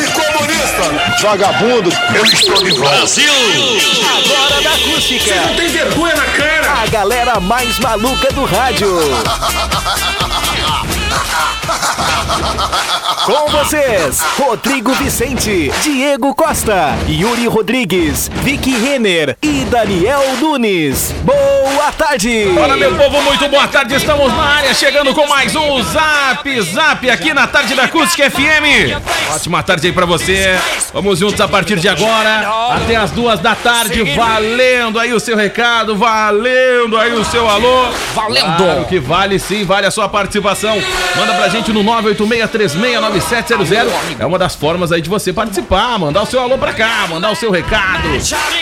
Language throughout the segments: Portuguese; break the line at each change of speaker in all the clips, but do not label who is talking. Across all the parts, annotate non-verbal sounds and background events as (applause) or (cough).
e comunista.
Vagabundo, eu estou de volta.
Agora da acústica.
Tem vergonha na cara.
A galera mais maluca do rádio. Com vocês, Rodrigo Vicente, Diego Costa, Yuri Rodrigues, Vicky Renner e Daniel Nunes. Boa tarde.
Fala, meu povo, muito boa tarde. Estamos na área, chegando com mais um Zap Zap aqui na tarde da Acústica FM. Ótima tarde aí pra você. Vamos juntos a partir de agora até as duas da tarde, valendo aí o seu recado, valendo aí o seu alô. Valendo! Claro que vale sim, vale a sua participação. Manda pra gente no 986369700. É uma das formas aí de você participar, mandar o seu alô pra cá, mandar o seu recado,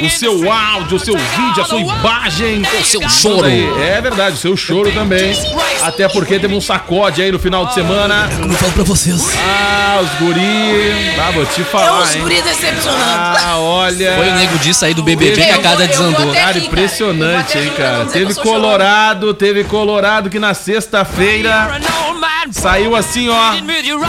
o seu áudio, o seu vídeo, a sua imagem, o seu choro. É verdade, o seu choro também. Até porque teve um sacode aí no final de semana.
Como eu falo pra vocês.
Ah, os guri. Ah, vou te
É
falar,
uns
hein.
guri decepcionando.
Ah, olha.
Foi o nego de sair do BBB que
Eu
a casa
vou- eu vou
desandou.
até
Cara,
rir,
impressionante,
Eu vou até
hein,
rir pra não
cara.
dizer que
Teve
eu sou chorona.
Colorado, teve Colorado que na sexta-feira saiu assim, ó,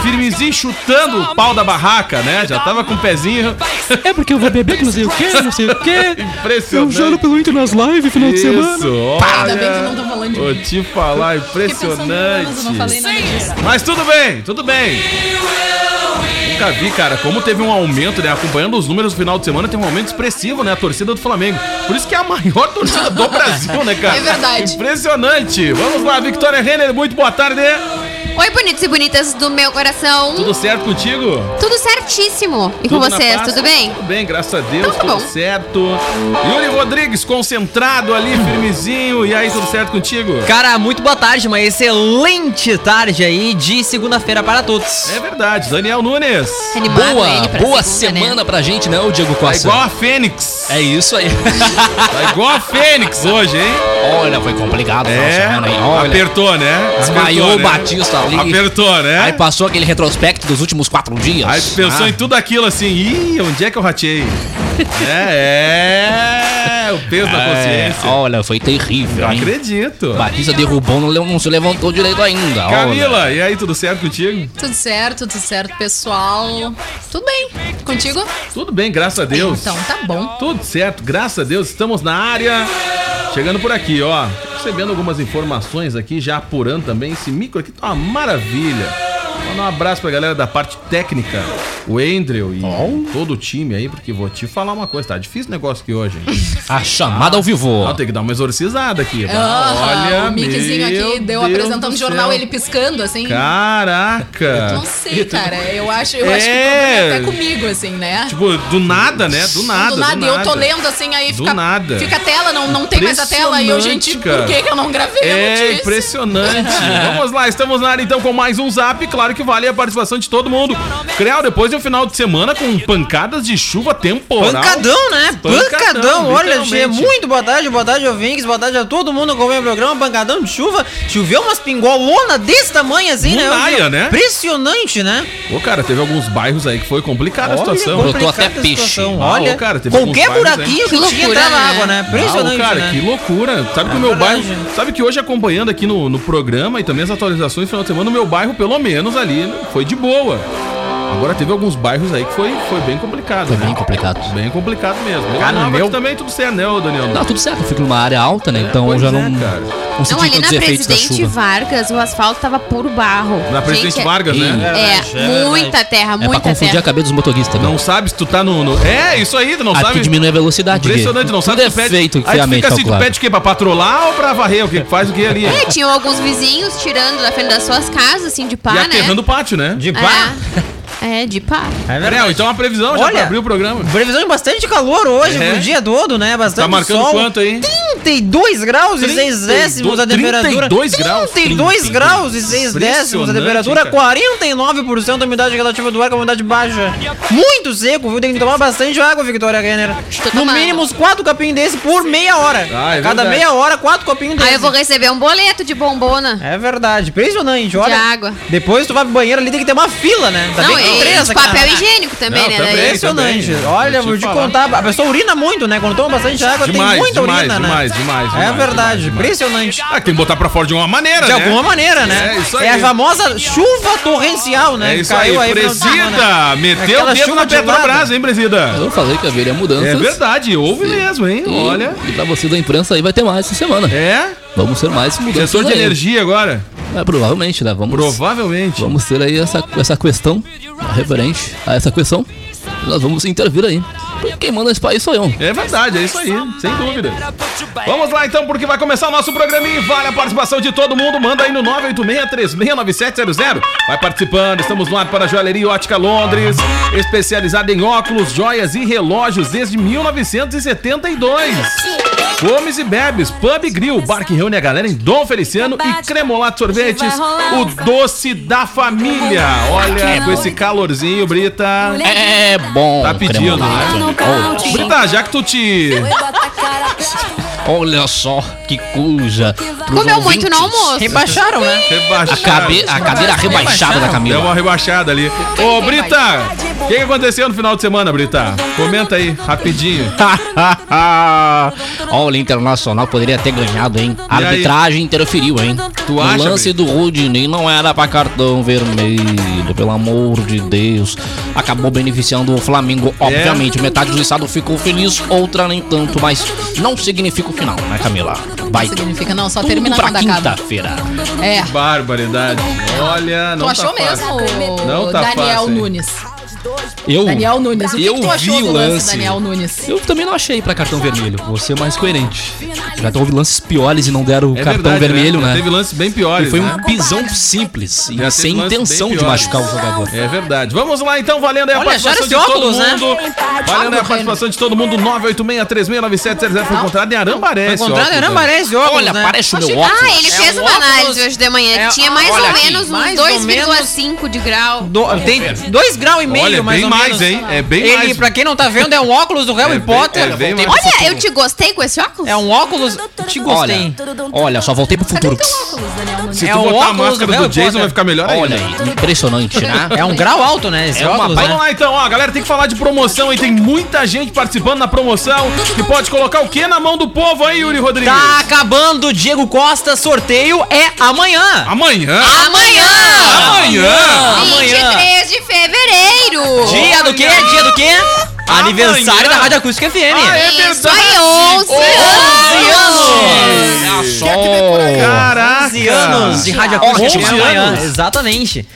firmezinho chutando o pau da barraca, né? Já tava com o pezinho. (laughs)
É porque eu vou beber que não sei o que, não sei o que. Eu
Impressionante.
choro pelo Inter nas lives final de semana.
Isso,
Ainda bem que eu não
olha.
tô falando de
Vou
mim.
te falar,
Fiquei pensando em anos, eu não
impressionante.
falei nada disso.
Mas tudo bem, tudo bem. Nunca vi, cara, como teve um aumento, né? Acompanhando os números no final de semana, teve um aumento expressivo, né? A torcida do Flamengo. Por isso que é a maior (laughs) torcida do Brasil, né, cara?
É verdade.
Impressionante. Vamos lá, Victoria Renner, muito boa tarde.
Oi, bonitos e bonitas do meu coração. Tudo,
Tudo certo contigo?
certíssimo. E com
Tudo na
vocês,
paz?
tudo bem?
Tudo bem, graças a Deus,
Então tá
tudo
bom.
certo. Yuri Rodrigues, concentrado ali, firmezinho. E aí, tudo certo contigo?
Cara, muito boa tarde, é uma excelente tarde aí de segunda-feira para todos.
É verdade, Daniel Nunes.
Animado
Boa,
ele pra
boa
segunda, né?
semana pra gente, né, ô Diego
Tá
Costa?
igual a Fênix.
É isso aí. (laughs)
Tá igual a Fênix hoje, hein?
Olha, foi complicado final de
É,
semana, hein? Olha.
apertou, né?
Desmaiou
Apertou,
o Batista ali.
Apertou, né?
Aí
Aí,
passou aquele retrospecto dos últimos quatro dias.
tu pensou
Ah.
em tudo aquilo assim, ih, onde é que eu
(laughs)
ratei? é, é, o peso da
É,
consciência.
olha, foi terrível,
Não
hein?
acredito.
Batista derrubou, não, le- não se levantou direito ainda. olha.
Camila, e aí, tudo certo contigo?
Tudo certo, tudo certo, pessoal. Tudo bem. Contigo?
Tudo bem, graças a Deus.
Então, tá bom.
Tudo certo, graças a Deus, estamos na área. Chegando por aqui, ó. Recebendo algumas informações aqui, já apurando também. Esse micro aqui tá uma maravilha. Mandar um abraço pra galera da parte técnica, o Andrew e todo o time aí, porque vou te falar uma coisa, tá difícil o negócio aqui hoje, hein?
A chamada ao vivo.
Não, tem que dar uma exorcizada aqui.
Ah, o
meu
miquezinho aqui deu
Deus
apresentando
do
o jornal,
céu.
ele piscando, assim. Não
Caraca! (laughs)
sei, cara. Eu acho, eu acho que
É.
o problema é até comigo, assim, né?
Tipo, do nada, né? Do nada.
do nada, e eu tô lendo assim, aí
Do
fica,
nada.
fica a tela, não, não tem mais a tela. E eu, gente,
Impressionante,
por que, que eu não gravei a
É
notícia?
impressionante.
(laughs)
Vamos lá, estamos na área então com mais um zap. Claro que vale a participação de todo mundo. Creu, depois de um final de semana com pancadas de chuva temporal.
Pancadão, né?
Pancadão,
Pancadão, olha,
literalmente.
Gê, muito boa tarde, boa tarde, ouvintes, boa tarde a todo mundo que acompanha o programa, pancadão de chuva, choveu umas pingolona desse tamanho assim, né?
Mundaia,
Hoje é
né?
Impressionante, né?
Ô, cara, teve alguns bairros aí que foi complicada a situação.
botou
complicada
até
a
peixe.
situação,
Ah,
Olha,
ô, cara, teve
qualquer
alguns bairros aí.
buraquinho
Que
que tinha
loucura,
entrava
né?
água, né?
Ah, ô,
Impressionante,
cara,
né?
que loucura. Sabe que
É
o meu
verdade.
bairro. Sabe que hoje acompanhando aqui no, no programa e também as atualizações do final de semana, o meu bairro, pelo menos ali, foi de boa. Agora teve alguns bairros aí que foi, foi bem complicado.
Foi
né?
bem complicado.
Bem complicado mesmo.
Cara,
Nova
no meu-
aqui também tudo certo, né, ô, Daniel?
Não, tá tudo certo, eu fico numa área alta, né? Então eu
pois
já
é,
não,
cara.
não senti
Não, ali
todos
na
os efeitos da
Presidente
chuva.
Vargas, o asfalto tava puro barro.
Na Presidente
Gente, é-
Vargas, né?
É, muita
É
terra,
pra
muita
confundir a
terra.
cabeça dos motoristas.
Não sabe se tu tá no. no- É, isso aí, tu não
Aí
sabe.
Ah, tu diminui a velocidade. Gui.
Impressionante, não sabe
Tudo é feito,
Aí tu
friamente
fica assim, tu
calculado.
pede o quê? Pra patrolar ou pra varrer? O que faz o que ali?
É, tinham alguns vizinhos tirando da frente das suas casas, assim, de pá,
e
né?
aterrando o pátio, né?
De pá.
Ah, É, de pá.
É verdade.
Léo, então a previsão já
Olha,
pra abrir o programa.
Previsão de bastante calor hoje,
É.
pro dia todo, né? Bastante
Tá marcando
sol.
quanto aí?
32 graus e 6 décimos a temperatura.
32 graus?
32 graus e 6 décimos a
Impressionante,
temperatura.
cara.
49% da umidade relativa do ar, que é uma umidade baixa. Muito seco, viu? Tem que tomar bastante água, Victoria Renner.
Estou
No
tomando.
mínimo uns 4 copinhos desse por meia hora.
Ah, é
Cada
verdade.
meia hora, 4 copinhos desse.
Aí eu vou receber um boleto de bombona.
É verdade, impressionante, olha.
água.
Depois tu vai pro banheiro ali, tem que ter uma fila, né? Tá
Não,
bem que tem
e
três
de
aqui na-
papel higiênico também,
Não, tá
né?
também.
Daí-
Impressionante.
também.
Olha,
Vou
vou
te
te
falar.
contar. A pessoa urina muito, né? Quando toma bastante água,
Demais,
tem muita
demais,
urina,
demais,
né?
demais,
É
demais,
verdade.
demais.
Impressionante.
Ah, tem que botar pra fora de uma maneira,
De
né?
alguma maneira, né?
É isso aí.
a famosa chuva torrencial, né?
É
que
isso aí,
no final de semana.
presida! Meteu
né? Aquela
o dedo
chuva
na
gelada.
Petrobras, hein, presida?
Eu falei que haveria mudanças.
É verdade, houve
Sim.
mesmo, hein?
E,
Olha.
E pra você da imprensa aí vai ter mais essa semana.
É?
Vamos ter mais mudanças.
Setor de
aí.
energia agora?
É, provavelmente, né? Vamos,
Provavelmente.
vamos ter aí essa, essa questão referente a essa questão. Nós vamos intervir aí. Porque quem manda esse país sou eu.
É verdade, é isso aí, sem dúvida. Vamos lá então, porque vai começar o nosso programinha. Vale a participação de todo mundo. Manda aí no 986369700. Vai participando, estamos no ar para a Joalheria Ótica Londres, especializada em óculos, joias e relógios desde 1972. Comes e bebes, pub e grill, bar que reúne a galera em Dom Feliciano e Cremolato Sorvetes, o doce da família. Olha, com esse calorzinho, Brita.
É bom.
Tá pedindo, né? Brita, já que tu te
Olha só que coisa. Pros
Comeu muito no
ouvintes.
almoço.
Rebaixaram, né?
A,
Rebaixado.
cabe, a cadeira rebaixada da
Deu É uma
Camila.
rebaixada ali. Ô, Brita, o que, que aconteceu no final de semana, Brita? Comenta aí, rapidinho.
(laughs) Olha, o Internacional poderia ter ganhado, hein? A
E aí?
arbitragem interferiu, hein?
Tu
o
acha,
lance do Rodinei não era pra cartão vermelho, pelo amor de Deus. Acabou beneficiando o Flamengo, obviamente. Metade do estado ficou feliz, outra nem tanto, mas não significa o final, né, Camila? Vai
Significa não, só
tudo
terminar
pra
quando acaba.
quinta-feira.
É.
Barbaridade. Olha,
Tu
não
achou
tá fácil.
mesmo,
Não tá
Daniel
fácil, hein?
Nunes.
Eu,
Daniel Nunes, o que,
eu
que tu achou
vi
do
o
lance,
lance.
Daniel Nunes?
Eu também não achei pra cartão vermelho. Vou ser mais coerente. Já houve lances piores e não deram
É
o cartão
verdade,
vermelho,
Já
né?
Teve lances bem piores.
E foi
Ah,
né?
um pisão simples
Já
e
teve
sem
lances bem
intenção de
piores.
machucar o jogador.
É verdade. Vamos lá então, valendo aí a
Olha,
participação
acharam esse
de todo
óculos, né?
mundo. Valendo aí a participação de todo mundo. 986369700 foi encontrado em Arambaré.
Foi
esse
encontrado em
óculos, né?
Arambaré esse óculos,
Olha,
né?
parece o meu óculos.
Ah, ele fez
um
uma
óculos-
análise hoje de manhã que
é,
tinha mais
olha
ou
aqui,
menos uns
mais ou
2,5 de grau.
Do- tem 2 graus e meio,
é. Olha,
mais
bem
ou
mais,
menos.
hein? É bem
Ele,
mais.
pra quem não tá vendo, é um óculos do Harry
É bem-
Potter.
é bem mais.
Olha, eu te gostei com esse óculos?
É um óculos... Te gostei.
Olha, olha, só voltei pro futuro.
Se
É
tu
o
botar a
óculos do
máscara do
Harry
Jason,
Potter.
vai ficar melhor ainda.
Olha aí, impressionante, né?
É um grau alto, né? Esse
É uma
óculos,
baita-
né?
Vamos lá então, ó, galera, tem que falar de promoção e tem muita gente participando na promoção que pode colocar o que na mão do povo aí, Yuri Rodrigues?
Tá acabando, o Diego Costa, sorteio é amanhã.
Amanhã!
Amanhã!
Amanhã!
Amanhã.
23 de fevereiro!
Dia do quê? Dia do quê? Aniversário da Rádio Acústica FM.
é
Isso aí, 11
11 anos!
É.
Olha só.
Caraca!
11 anos de Rádio Acústica
11
amanhã.
anos.
Exatamente.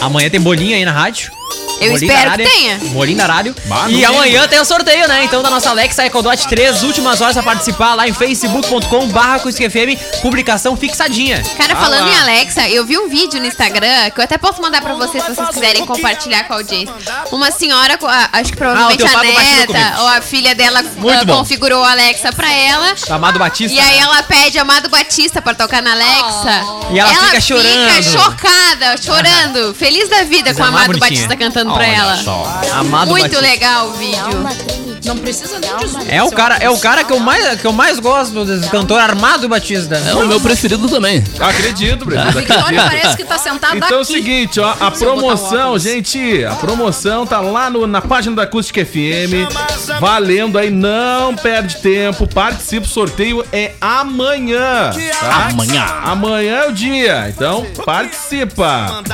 Amanhã tem bolinho aí na rádio.
Eu
Bolinho
espero
da área.
que tenha.
Bolinho da rádio.
Bah,
e
não
amanhã tem o sorteio, né? Então da nossa Alexa Ecodot 3, últimas horas pra participar lá em facebook.com barra Acústica FM, publicação fixadinha.
Cara, falando
lá.
em Alexa, eu vi um vídeo no Instagram que eu até posso mandar pra vocês se vocês quiserem compartilhar com a audiência. Uma senhora, com a- acho que provavelmente
Ah, teu
a
Pablo Batista
neta
comigo.
ou a filha dela ah,
bom.
configurou a Alexa pra ela.
Amado Batista. né?
E aí ela pede Amado Batista pra tocar na Alexa.
Oh. E ela fica chorando.
chocada, chorando. Feliz da vida
Mas
com
é
o
mais
Amado
bonitinha.
Batista cantando pra ela.
Amado
Muito
Batista.
legal o
É
vídeo.
Não precisa nem de zoom.
É o cara, é o cara que eu mais, que eu mais gosto desse cantor Armado Batista.
É o meu preferido também.
Acredito, Brasil.
(laughs)
Vitória parece que tá sentado
Então é o
aqui.
seguinte, ó, a promoção, gente, a promoção tá lá no- na página da Acústica FM, valendo aí, não perde tempo, participe, o sorteio é amanhã, tá?
Amanhã.
Amanhã é o dia, então participa.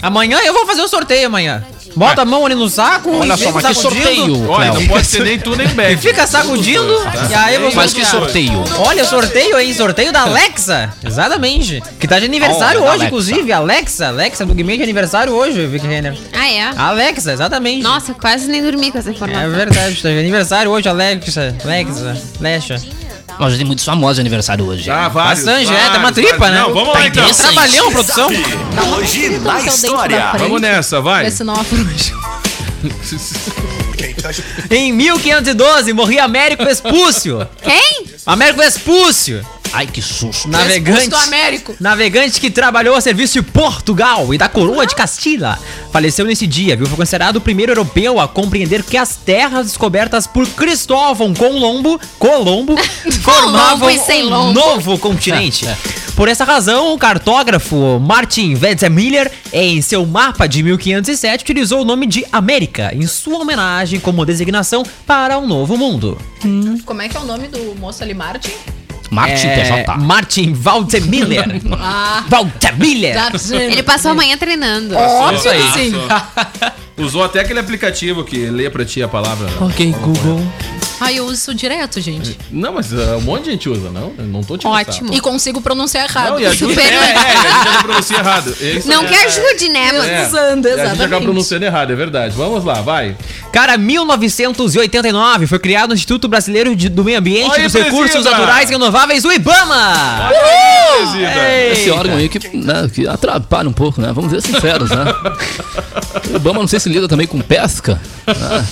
Amanhã eu vou fazer o sorteio amanhã. Bota a mão ali no saco,
Olha só,
fica
mas que
sacudindo,
sorteio,
Olha, não
Cléo.
pode ser nem tu nem
E (laughs)
Beck.
fica sacudindo,
Tá,
e aí você.
Mas que sorteio.
Olha, sorteio aí, sorteio da Alexa. Exatamente. Que tá de aniversário
Olha, da
hoje,
Alexa.
inclusive. Alexa, Alexa do Guimê de aniversário hoje, Vic Renner.
Ah, é?
Alexa, exatamente.
Nossa, quase nem dormi com essa
É
informação.
verdade, tá de aniversário hoje, Alexa. Alexa, Lexa.
Nós tem muitos famosos aniversário hoje.
Ah, vários.
Bastante, é, tá uma
vários,
tripa,
vários.
né?
Não, vamos lá então.
intenso.
Trabalhão, produção.
Hoje na história.
Vamos nessa, vai.
Esse não é frouxo.
Em 1512, morria Américo Vespúcio.
Quem?
Américo Vespúcio,
Ai, que susto.
navegante.
do Américo.
Navegante que trabalhou a serviço de Portugal e da coroa de Castilha. Faleceu nesse dia, viu? Foi considerado o primeiro europeu a compreender que as terras descobertas por Cristóvão Colombo, Colombo formavam
e sem
um
lombo.
novo continente.
É,
Por essa razão, o cartógrafo Martin Wetzmiller, em seu mapa de 1507, utilizou o nome de América em sua homenagem como designação para um novo mundo.
Como é que é o nome do moço ali, Martin?
Martin
É,
PJ.
Martin
(laughs)
Waldemiller.
(laughs)
Ah,
Tá
Waldemiller.
Ele passou a manhã treinando.
Isso aí.
(laughs) Usou até aquele aplicativo que lê pra ti a palavra.
Ok, Google.
Ah,
Ai, eu uso isso direto, gente.
Não, mas ah, um monte de gente usa, não? Eu não tô te
Ótimo.
E consigo pronunciar errado.
Não, e a gente, é,
Super-
é, a gente já pronuncia errado. Isso
Não
é-
que ajude, né? Mas...
é.
Usando,
A gente acaba
exatamente.
pronunciando errado, é verdade. Vamos lá, vai.
Cara, 1989 foi criado o Instituto Brasileiro de- do Meio Ambiente
Aí,
e dos Recursos
precisa.
Naturais Renováveis, o IBAMA.
Presida.
Esse órgão aí que, né, que atrapalha um pouco, né? Vamos ser
(laughs)
sinceros, né? O Obama não sei se lida também com pesca. Né?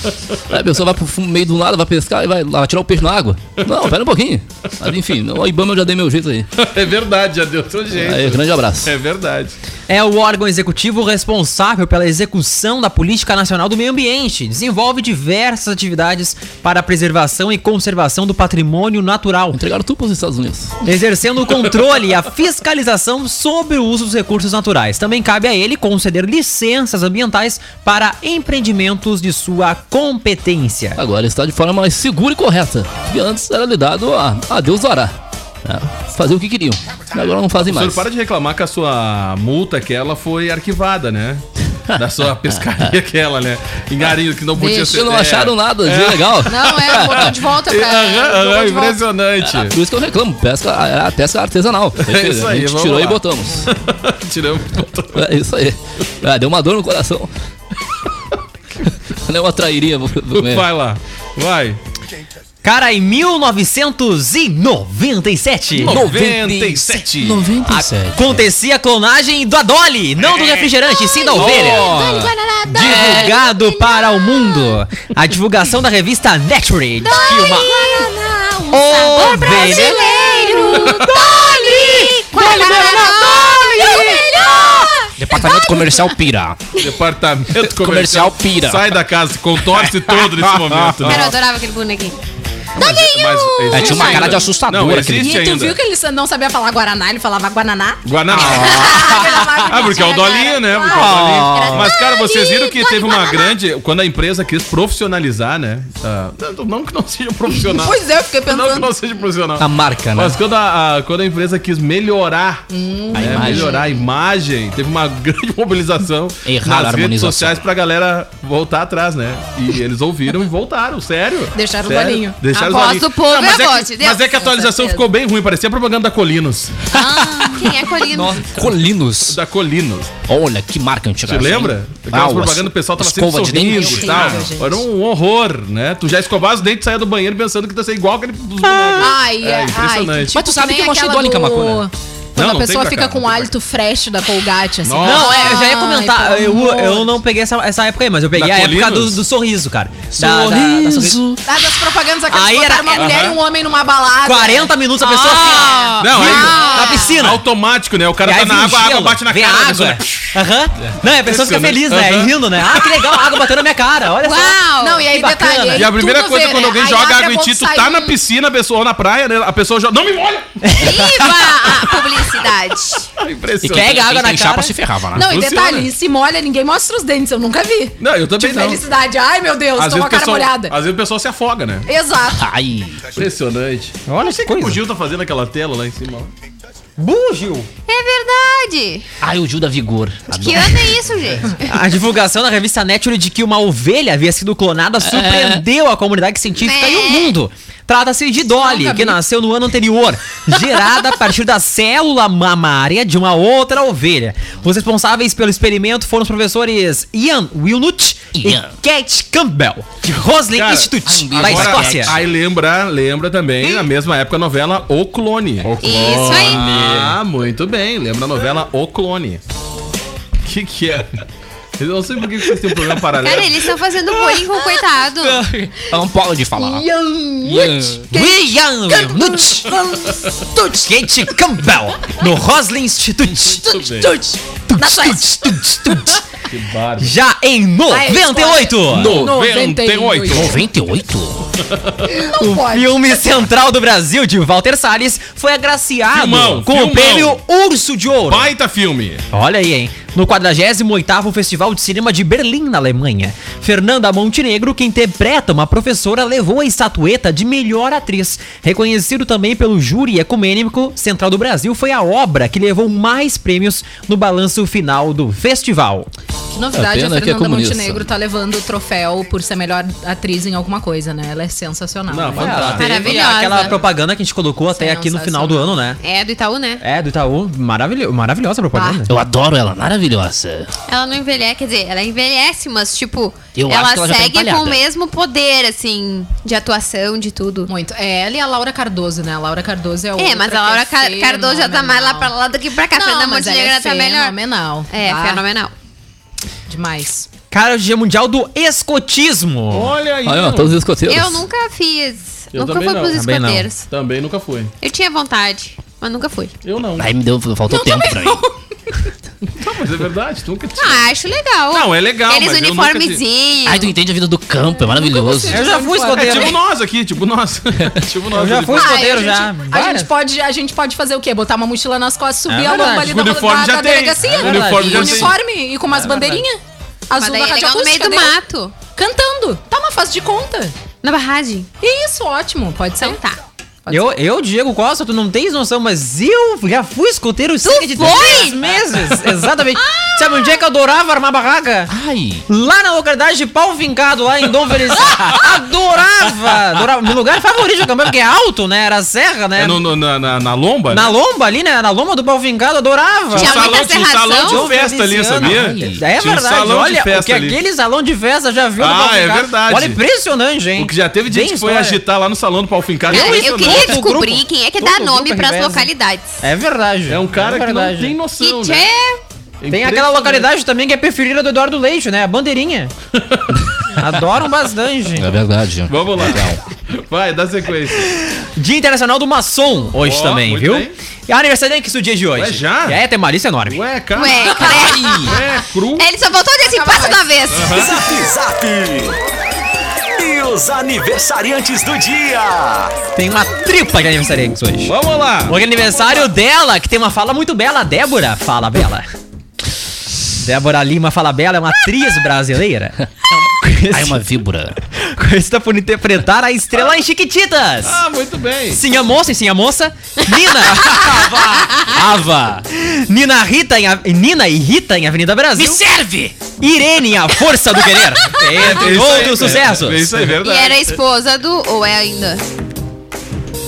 A pessoa vai pro fundo- meio do nada, vai pescar e vai lá tirar o peixe na água. Não, pera um pouquinho. Mas enfim, o Ibama eu já dei meu jeito aí.
(laughs) É verdade, já deu outro jeito.
Aí, grande abraço.
É verdade.
É o órgão executivo responsável pela execução da Política Nacional do Meio Ambiente. Desenvolve diversas atividades para a preservação e conservação do patrimônio natural,
Entregaram tudo pros Estados Unidos.
exercendo o controle e a fiscalização sobre o uso dos recursos naturais. Também cabe a ele conceder licenças ambientais para empreendimentos de sua competência.
Agora está de forma mais segura e correta. Que antes era lidado a, a Deus dará. né? Fazer o que queriam. Agora não fazem
O senhor
mais.
para de reclamar que a sua multa aquela foi arquivada, né?
(laughs)
Da sua pescaria aquela, né? Engarinho que não podia
Deixa,
ser.
Eles não
é.
acharam nada de legal.
Não, é, botou de
Então
volta pra.
Aham, aham,
botou de volta.
impressionante.
Por isso que eu reclamo, pesca, a a pesca artesanal.
É isso aí,
a gente
vamos
tirou
lá.
e botamos.
(laughs) Tiramos.
É isso aí. Ah, deu uma dor no coração. Deu uma trairia. vou- vou- é.
Vai lá. Vai.
Cara, em 1997
97.
97.
acontecia a clonagem do Adoli, não do refrigerante, sim da ovelha.
Dani Guaraná, Dani
Divulgado para o mundo. A divulgação da revista Nature. diz que uma
Guaraná, um
Ô,
sabor
bem, né?
brasileiro. Doni! Guaraná, Doni! É o melhor!
Departamento Ah, Comercial Pira.
Departamento
(laughs) Comercial Pira.
Sai da casa, contorce todo nesse momento.
Cara, eu
Né?
adorava aquele bonequinho.
Mas
É, tinha uma cara de assustador
Não,
aquele
existe
um. E tu viu
ainda.
que ele não sabia falar Guaraná, ele falava Guananá.
(laughs) Guaná. Ah, porque é o Dolinho, né? Porque é o
Ah.
Dolinho. Mas, cara, vocês viram que teve uma grande. Quando a empresa quis profissionalizar, né? Ah, não- não que não seja profissional.
Pois é, eu fiquei
Não que
pensando.
não seja profissional.
A marca, né?
Mas quando a, a- quando a empresa quis melhorar,
Hum.
né,
imagem.
melhorar a imagem, teve uma (laughs) grande mobilização
Erraram a
nas redes
harmonização.
sociais pra galera voltar atrás, né?
(laughs)
E eles ouviram e voltaram, sério.
Deixaram o
sério,
bolinho.
Deixaram
A
os
voz
bolinhos.
do povo é
mas
a
que-
voz de Deus,
Mas é que a
com
atualização
certeza.
ficou bem ruim, parecia a propaganda da Colinos.
Ah, quem é Colino?
Colinos.
Da Colinos.
Olha que marca antiga.
Te lembra?
Ah,
Aquelas propagandas, o pessoal tava sempre
escova de
sorrindo
dente.
e tal.
Horrível, gente.
Era um horror, né? Tu já escovava os dentes e saía do banheiro pensando que tu ia ser igual
Ah.
aquele... dos bonecos.
Ai,
É
ai,
impressionante.
que tipo
Mas tu sabe
nem
que é eu não achei
aquela
Dolly Camacuna.
Não, não
Quando a
tem
pessoa
pra
fica
cá,
com
não
o
tem
hálito fresh da Colgate, assim.
Nossa.
Não, é, eu já ia
Ai,
comentar.
pelo
Eu, eu
amor.
não peguei essa, essa época aí, mas eu peguei
Da
a época do,
Colinos?
do sorriso, cara.
Tá,
Da- da- da sorriso.
Sorriso.
Ah, das propagandas aquelas
Aí
que botaram
era-
uma mulher e um homem numa balada.
40 minutos a pessoa assim,
Ah.
ó,
Não, aí-
na piscina.
Automático, né? O
E
cara
aí
tá
vem o
na água, a água
gelo,
bate na
vem
cara.
a
da pessoa,
água.
né?
Aham. Não, a pessoa fica
Impressionante.
feliz, né?
Aham.
E rindo, né? Ah, que legal, a água batendo na minha cara. Olha só.
Uau!
Não, e aí
Que bacana.
detalhe. aí
E a primeira
tudo
coisa,
vê,
quando
né?
alguém
Aí
joga
abre
água
a
em
boca
ti,
e
tu
sai
tá na
um-
piscina, a pessoa, ou na praia, né? A pessoa joga. Não me
(laughs)
molha!
Viva a
(laughs)
publicidade!
E
Impressionante.
quem
Pega água na
quem tá, tem
cara.
chapa se ferrava, né?
Não, e
Funciona.
detalhe, se molha, ninguém mostra os dentes, eu nunca vi.
Não, eu também
De
não.
felicidade. Ai, meu Deus,
Às
tô
vezes,
com
o
a cara
pessoal,
molhada.
às vezes o pessoal se afoga, né?
Exato.
Ai,
Impressionante.
Olha
O que o Gil tá fazendo naquela tela lá em cima? ó?
Bugio.
É verdade!
ai, o Gil da Vigor.
Que ano é isso, gente?
A divulgação da
É.
revista Nature de que uma ovelha havia sido clonada surpreendeu a comunidade científica e o mundo, Trata-se de Dolly,
Nunca
que
vi.
nasceu no ano anterior, gerada a partir da célula mamária de uma outra ovelha. Os responsáveis pelo experimento foram os professores Ian Wilnut
Ian.
e Cat Campbell, de Rosley
Cara,
Institute,
ai,
da
agora-
Escócia.
Aí lembra, lembra também, na mesma época, a novela O Clone.
Isso aí.
Ah, muito bem. Lembra a novela O Clone. que que é? Eu não sei por que que vocês têm um programa paralelo.
Cara, eles estão fazendo bullying com
(laughs)
o coitado.
Não pode falar.
Ian Wilnut Kate Campbell, no Rosley Institute.
Muito bem.
Tuts, tuts, tuts. Já em 98,
98.
98?
o filme central do Brasil de Walter Salles foi agraciado
Filmão,
com
filmão.
o prêmio Urso de Ouro.
Baita filme.
Olha aí, hein? No 48º Festival de Cinema de Berlim, na Alemanha, Fernanda Montenegro, que interpreta uma professora, levou a estatueta de melhor atriz. Reconhecido também pelo júri ecumênico Central do Brasil, foi a obra que levou mais prêmios no balanço final do festival.
Que novidade,
A
a
pena é que é
Fernanda
comunista.
Montenegro tá levando o troféu por ser a melhor atriz em alguma coisa, né? Ela é sensacional.
Não,
né?
fantástico.
Teve
Maravilhosa.
Aquela propaganda que a gente colocou até aqui no final do ano, né?
É do Itaú, né?
É, do Itaú, maravilho maravilhosa a propaganda.
Eu adoro ela, maravilhosa.
Ela não envelhece, quer dizer, ela envelhece, mas tipo,
Eu acho
ela,
que ela já tá
segue com
empalhada.
o mesmo poder, assim, de atuação, de tudo.
Muito. É ela e a Laura Cardoso, né? A Laura Cardoso é outra.
É, mas a Laura Car- Cardoso já tá mais lá pra lá do que pra cá.
Não,
Fernanda
mas ela é
Montenegro ela tá melhor.
fenomenal. Ah.
É,
Bah,
fenomenal.
Demais.
Cara, hoje é mundial do escotismo.
Olha aí.
Olha,
mano.
todos os escoteiros.
Eu nunca fiz.
Eu
nunca
também
fui
não,
pros
também não.
escoteiros.
Também nunca fui.
Eu tinha vontade, mas nunca fui.
Eu não.
Aí me deu, faltou tempo pra mim.
Não, mas é verdade, tu nunca tinha.
Ah, acho legal.
Não, é legal,
Aqueles
mas eu nunca
uniformezinhos.
Aí tu entende a vida do campo, é maravilhoso.
Eu já fui
É
escoteiro.
tipo nós aqui, tipo (laughs) nós. tipo nós.
Eu já fui
Ah,
escoteiro
a gente,
já.
Hum.
A
várias.
gente, pode, a gente pode fazer o quê? Botar uma mochila nas costas, subir a
verdade.
lomba ali
É O
da,
uniforme É
da,
já
da
tem.
delegacia.
É verdade.
E uniforme e com umas bandeirinhas.
Mas
Azul
daí
da
é
rádio
legal no meio do
mato.
mato.
Cantando. Tá uma fase de conta.
Na barragem.
E isso, ótimo. Pode ser.
Então tá.
Pode
Eu, eu, Diego Costa, tu não tens noção, mas eu já fui escoteiro cerca de
foi?
três
(laughs)
meses. Exatamente. Sabe onde é que eu adorava armar barraca?
assim?
Ai,
Lá na localidade de Pau Vincado, lá em Dom
(laughs)
Felizardo. adorava! Adorava. Meu lugar favorito de acampar, porque é alto, né? Era serra, né?
É no- no- na, na, na lomba?
Na lomba ali, né? Na lomba do Pau Vincado, adorava.
Tinha
salão,
muita
tinha um salão
serração.
de festa ali, sabia?
É
Tinha um
verdade,
salão de
olha o
festa
que
ali.
aquele salão de festa já viu no
Ah,
Pau
é
Vincado.
verdade.
Olha, impressionante, hein?
O que já teve
Bem
gente que foi
história.
agitar lá no salão do pau fincado.
Cara,
Isso
Ah, eu
é. não.
queria
todo
descobrir
grupo-
quem é que
todo
dá
grupo
nome pras
reveza.
localidades.
É verdade.
É um cara
É
que não
verdade.
tem noção,
E
né?
tchê,
Tem aquela
Impressionante.
localidade também que é preferida do Eduardo Leite, né? A bandeirinha. Adoram bastante.
é verdade.
Vamos lá. Vai, dá sequência.
Dia Internacional do Maçom hoje
Ó,
também,
muito
viu?
bem.
E aniversário que isso o dia de hoje.
Ué, já?
É, tem uma lista enorme.
Ué, cara.
ué, cara.
É, cru.
Ele só voltou desse passo da vez.
É
Zap Zap! E os aniversariantes do dia!
Tem uma tripa de aniversariantes hoje.
Vamos lá.
O aniversário dela, que tem uma fala muito bela, a Débora Fala Bela. Débora Lima Fala Bela é uma atriz brasileira. É
Ai, uma víbora.
(laughs) Conhecida por interpretar a estrela em Chiquititas.
Ah, muito bem.
Sim, a moça, e sim, a moça. Nina. Ava. Nina Rita em A- Nina e Rita em Avenida Brasil. Me serve! Irene, em a força do querer. Entre
Isso aí,
outros sucessos.
É, isso aí,
E
verdade.
era a esposa do. Ou é ainda?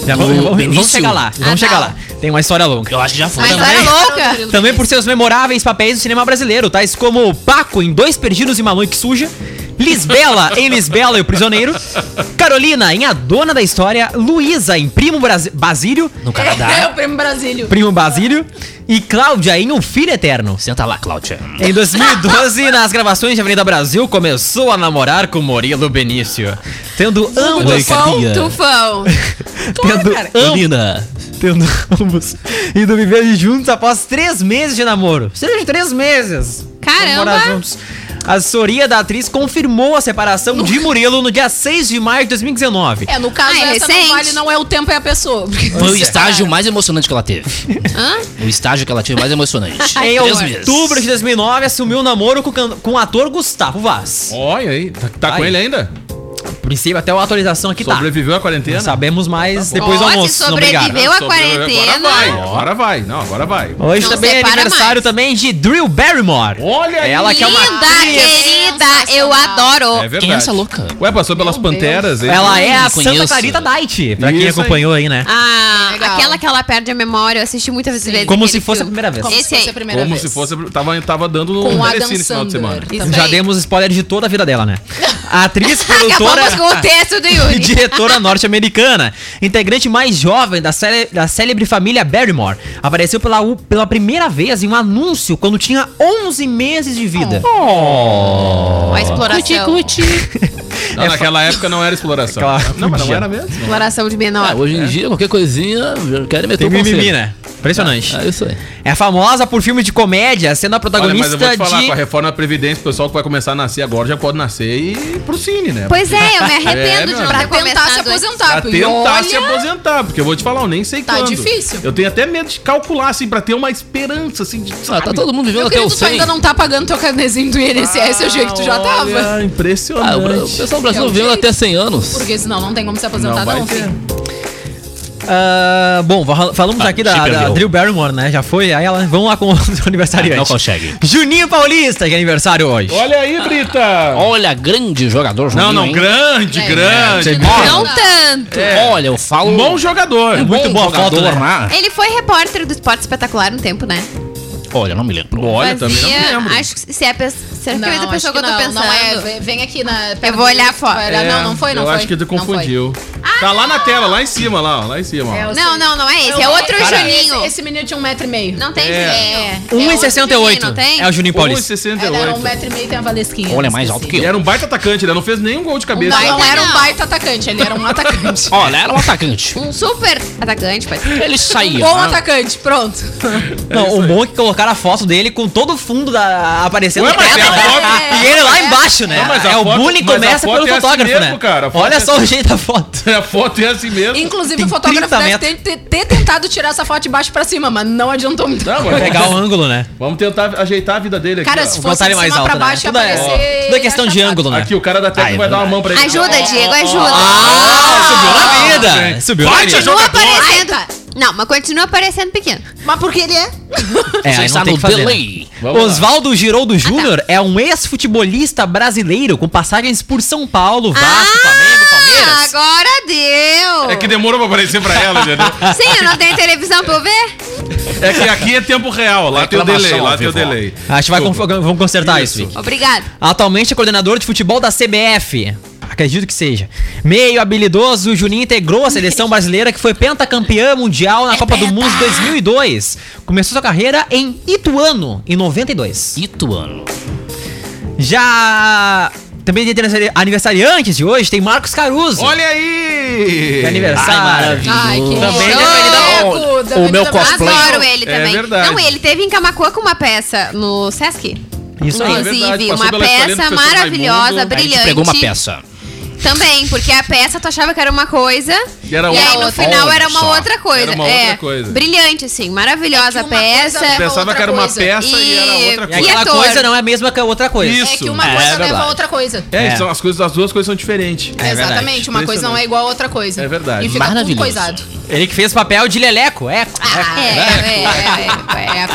Já vamos,
Do
vamos- vamos
Benício.
chegar lá. Vamos
Ah,
chegar
tá.
lá. Tem uma história longa.
Eu acho que já foi. né?
Mas
também.
era louca.
Também por seus memoráveis papéis no cinema brasileiro, tais como Paco em Dois Perdidos e Mamãe que Suja, Lisbela em Lisbela e o Prisioneiro, Carolina em A Dona da História, Luísa em Primo Brasi- Basílio,
No Canadá.
(laughs) É o prêmio Brasílio.
Primo Basílio e Cláudia em O Filho Eterno.
Senta lá, Cláudia.
Em 2012, nas gravações de Avenida Brasil, começou a namorar com Murilo Benício. Tendo ambos.
Cadinha.
Tufão.
Tendo, am-
Menina.
tendo ambos. Indo viver juntos após três meses de namoro. Cerca de três meses.
Caramba.
Namorar juntos. A assessoria da atriz confirmou a separação de Murilo no dia 6 de maio de 2019.
É, no caso,
Ah, é
essa
recente.
não vale, não é o tempo, é a pessoa. (laughs)
Foi o estágio mais emocionante que ela teve. O estágio que ela teve mais emocionante.
Em
Três meses.
outubro de 2009, assumiu o namoro com, o can- com o ator Gustavo Vaz.
Olha aí. Tá, tá com
Ai.
ele ainda?
princípio, até a atualização aqui tá.
Sobreviveu à quarentena?
Não sabemos mais depois do
Ó, se
almoço. Não,
sobreviveu
obrigado.
à
Sobreviveu,
quarentena.
Agora vai, agora vai. Não, agora vai.
Hoje
Não
também é
separa
aniversário
mais.
também de Drew Barrymore.
Olha aí.
Ela que é uma
Linda,
atriz.
querida, eu
É
adoro.
verdade.
Quem é essa louca?
Ué, passou pelas panteras. hein?
Ela é a
Não conheço.
Santa Clarita Diet, pra quem
Isso aí.
acompanhou aí, né?
Ah,
legal.
aquela que ela perde a memória, eu assisti muitas vezes.
Como se
aquele
fosse a
filme.
primeira vez.
Como
Esse
se fosse a
aí.
primeira
Como
vez.
se fosse. Tava, tava dando no
Com o
Telecine
Adam
esse final de semana.
Sandler. também.
Já demos spoiler de toda a vida dela, né? A atriz, produtora
(laughs) Acabamos com o texto
(laughs)
do
e
Yuri.
diretora norte-americana, integrante mais jovem da, cele- da célebre família Barrymore, apareceu pela, u- pela primeira vez em um anúncio quando tinha 11 meses de vida.
A exploração.
Não, naquela época não era exploração.
Aquela-
Não, mas não
Podia.
era mesmo.
Exploração de menor.
Ah, hoje em dia, qualquer coisinha, querem
Tem
meter o
mimimi,
conselho.
né? Impressionante.
um É isso aí.
É famosa por filmes de comédia, sendo a
Olha, mas
protagonista
eu vou te falar,
de...
com a reforma da Previdência, o pessoal que vai começar a nascer agora já pode nascer e ir pro cine, né?
Pois tá, é, eu me
É,
arrependo
meu
de
amigo.
não ter
Pra tentar se
começado antes.
aposentar.
Pra
porque
tentar
olha,
se aposentar, porque eu vou te falar, eu nem sei
Tá
quando.
difícil.
Eu tenho até medo de calcular, assim, pra ter uma esperança, assim, de,
Ah,
sabe?
tá todo mundo vivendo
Meu
até o
querido, tu
100.
ainda não tá pagando teu carnezinho do INSS, eu achei que tu já
Olha,
tava.
Ah, o Bra- o
impressionante.
pessoal brasileiro
É o
vivendo
jeito.
até 100 anos.
Porque senão não tem como se aposentar,
Não vai
não,
ter.
filho.
Ah, bom, va- falamos
Ah,
aqui da,
se
da
perdeu.
Drew Barrymore, né? Já foi, aí ela... Vamos lá com o (laughs) aniversariante.
Não consegue.
Juninho Paulista, que é aniversário hoje.
Olha aí, Brita!
Olha, grande jogador Juninho, hein?
grande,
É,
grande.
Não tanto.
Olha, eu falo.
Bom jogador.
É
muito bom jogador,
foto,
né?
Ele foi repórter do Esporte Espetacular um tempo, né?
Olha, não me lembro.
Olha, também não
Fazia-
lembro.
Acho que se é a pe- será que é a mesma
acho
pessoa que, eu tô
não,
pensando. É
Não é, vem- vem aqui na. perto
vou
do-
olhar a foto.
vai olhar. Não, não foi, não
É, eu
foi.
acho que tu
Não foi.
confundiu. tá lá na tela, lá em cima, lá, ó, lá em cima. ó.
É, eu sei.
Ah, Não, não, não é esse. É outro
Cara,
Juninho.
Esse, esse menino tinha um metro e meio.
Não tem
É.
jeito. É outro Juninho,
1,68
Não tem?
é o Juninho Paulista.
1,68.
Ele era um metro e meio tem a Valesquinha.
Olha, é mais alto que
Ele
eu.
era um baita atacante, ele não fez nenhum gol de cabeça.
Não, não
Baita
era um
não.
baita atacante, ele era um atacante.
Olha, era um atacante.
(laughs) Um super atacante, pode ser.
Ele saía.
Bom
né?
atacante, pronto.
Um
Não, o bom é que colocaram a foto dele com todo o fundo da, aparecendo
Ué,
na
mas é a
tela.
foto.
E ele lá embaixo, né?
Não, mas a
é, o
foto-
bullying
mas a
começa
foto
pelo
é assim
fotógrafo,
mesmo,
né?
cara, a foto é
Olha só
assim.
o jeito da foto.
(laughs) A foto é assim mesmo.
Inclusive,
Tem
o fotógrafo
30
deve ter,
metros.
ter- ter tentado tirar essa foto de baixo pra cima, mas não adiantou muito.
Não, mas
Vai pegar
(laughs)
o ângulo, né?
Tá, Vamos tentar ajeitar a vida dele aqui.
Cara,
ó.
se
Vou
fosse
botar
de
ele mais
cima
alto,
pra
né?
baixo,
Tudo é,
ia aparecer...
tudo é questão de
ia
ângulo, né?
Aqui, o cara da técnica
Ah, é
vai dar uma mão pra ele.
Ajuda, Diego, ajuda.
Ah, subiu na vida.
gente.
Subiu
Vai,
na vida.
continua aparecendo. Não, mas continua aparecendo pequeno.
Mas porque ele é?
É, aí
Você
não
está
tem
no
que fazer, né?
delay.
Vamos lá.
Oswaldo Giroldo Júnior é um ex-futebolista brasileiro com passagens por São Paulo, Vasco, Flamengo,
Ah,
Palmeiras.
agora deu.
É que demorou pra aparecer pra ela, entendeu?
Sim, eu não tenho televisão pra eu ver.
É que aqui é tempo real, lá tem o
Reclamação
delay, lá
ao
tem o
vivo, ó.
delay.
Acho que vai conf- vamos consertar isso,
Isso.
Vic.
Obrigado.
Atualmente é coordenador de futebol da CBF. Acredito que seja. Meio habilidoso, Juninho integrou a seleção brasileira que foi pentacampeã mundial na Copa do Mundo de 2002. Começou sua carreira em Ituano, em 92.
Ituano.
Já. Também tem aniversari- aniversariantes de hoje, tem Marcos Caruso.
Olha aí! Ah,
que é aniversário.
Ai, que
Também
lindo.
da Avenida-
Louco, da
o
Avenida
meu
Brasil.
cosplay.
Adoro ele
É
também.
verdade.
Não, ele teve em Camacuã com uma peça no Sesc.
Isso aí.
é verdade,
Inclusive,
passou pela
uma
escolinha do
peça
professor Raimundo.
maravilhosa,
Aí tu
Aí a gente
brilhante.
pegou uma peça.
Também, porque a peça tu achava que era uma coisa.
E era
aí
outra.
no final
Olha
era uma
só,
outra coisa.
era uma
é,
outra coisa.
Brilhante, assim, maravilhosa
É
a
que uma coisa
peça.
leva
Pensava
outra
que era uma
coisa.
peça e, era
E-
outra
E
coisa.
que
aquela
ator.
coisa não é a mesma que a outra coisa.
Isso.
É que uma
É,
coisa
é
leva a
verdade.
outra coisa.
É,
É.
São as, coisas, as duas coisas são diferentes.
É verdade.
Exatamente, uma coisa não é igual a outra coisa.
É verdade.
E fica tudo
Maravilhoso.
um coisado.
Ele que fez papel de Leleco, é.
Ah,
(laughs)
é,
É, é,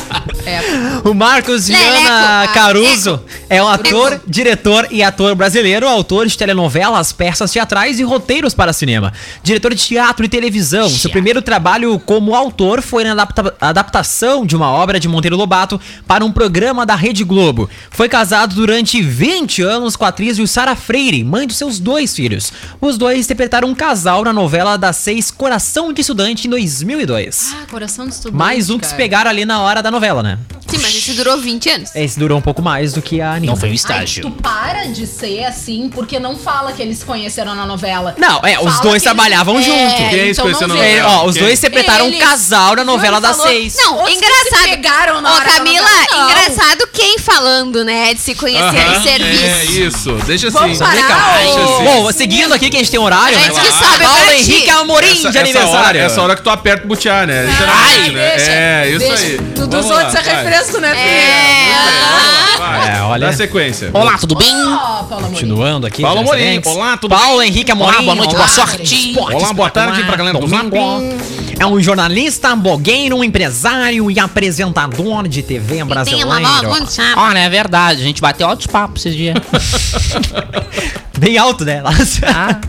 é, é.
O Marcos
Leleco,
Viana
ah,
Caruso é um ator,
Leleco.
diretor e ator brasileiro, autor de telenovelas, peças teatrais e roteiros para cinema. Diretor de teatro e televisão. Seu primeiro trabalho como autor foi na adapta- adaptação de uma obra de Monteiro Lobato para um programa da Rede Globo. Foi casado durante 20 anos com a atriz Sara Freire, mãe dos seus dois filhos. Os dois interpretaram um casal na novela das seis Coração de Estudante em 2002.
Ah, coração de estudante.
Mais um que se pegaram ali na hora da novela, né?
Sim, mas isso durou 20 anos.
Esse durou um pouco mais do que a anime.
Não foi um
Ai,
estágio.
tu para de ser assim, porque não fala que eles se conheceram na novela.
Não, é, os
Fala
dois
que
trabalhavam
eles...
junto.
Quem é esse
então
conhecendo
não
a
vê.
É, ó, os
Quem?
dois interpretaram um
Eles.
casal na novela
Ele
das
falou-
seis.
Não,
Outros que
engraçado.
se pegaram na
Ô,
hora da
Camila,
novela, não.
engraçado quem falando, né? De se conhecer
Aham,
em
É
serviço.
isso, deixa assim.
Vamos parar,
deixa
ô.
assim.
Bom, seguindo aqui que a gente tem horário,
Gente que
né?
sabe,
Paulo
Bati.
Henrique Amorim
Essa,
de
essa
aniversário.
hora, essa hora que tu aperta o butiá, né? Literalmente, né?
deixa,
é, isso
deixa.
aí.
Do- Dos
Vamos
outros
lá,
a
vai.
fresco, né, filha?
É.
Vai,
É, olha.
Dá sequência.
Olá, tudo bem?
Ó, Ah, Paula Morim.
Continuando aqui.
Paulo
Jazz
Amorim,
Banks.
olá, tudo
Paulo Henrique Amorim.
Olá, boa noite, boa sorte.
Olá, boa tarde pra galera do Zap.
É um jornalista, blogueiro, um empresário e apresentador de TV
E tem
brasileiro.
uma mão muito chata.
Olha, é verdade, a gente bateu altos papos esses dias.
Bem alto, né?
Ah.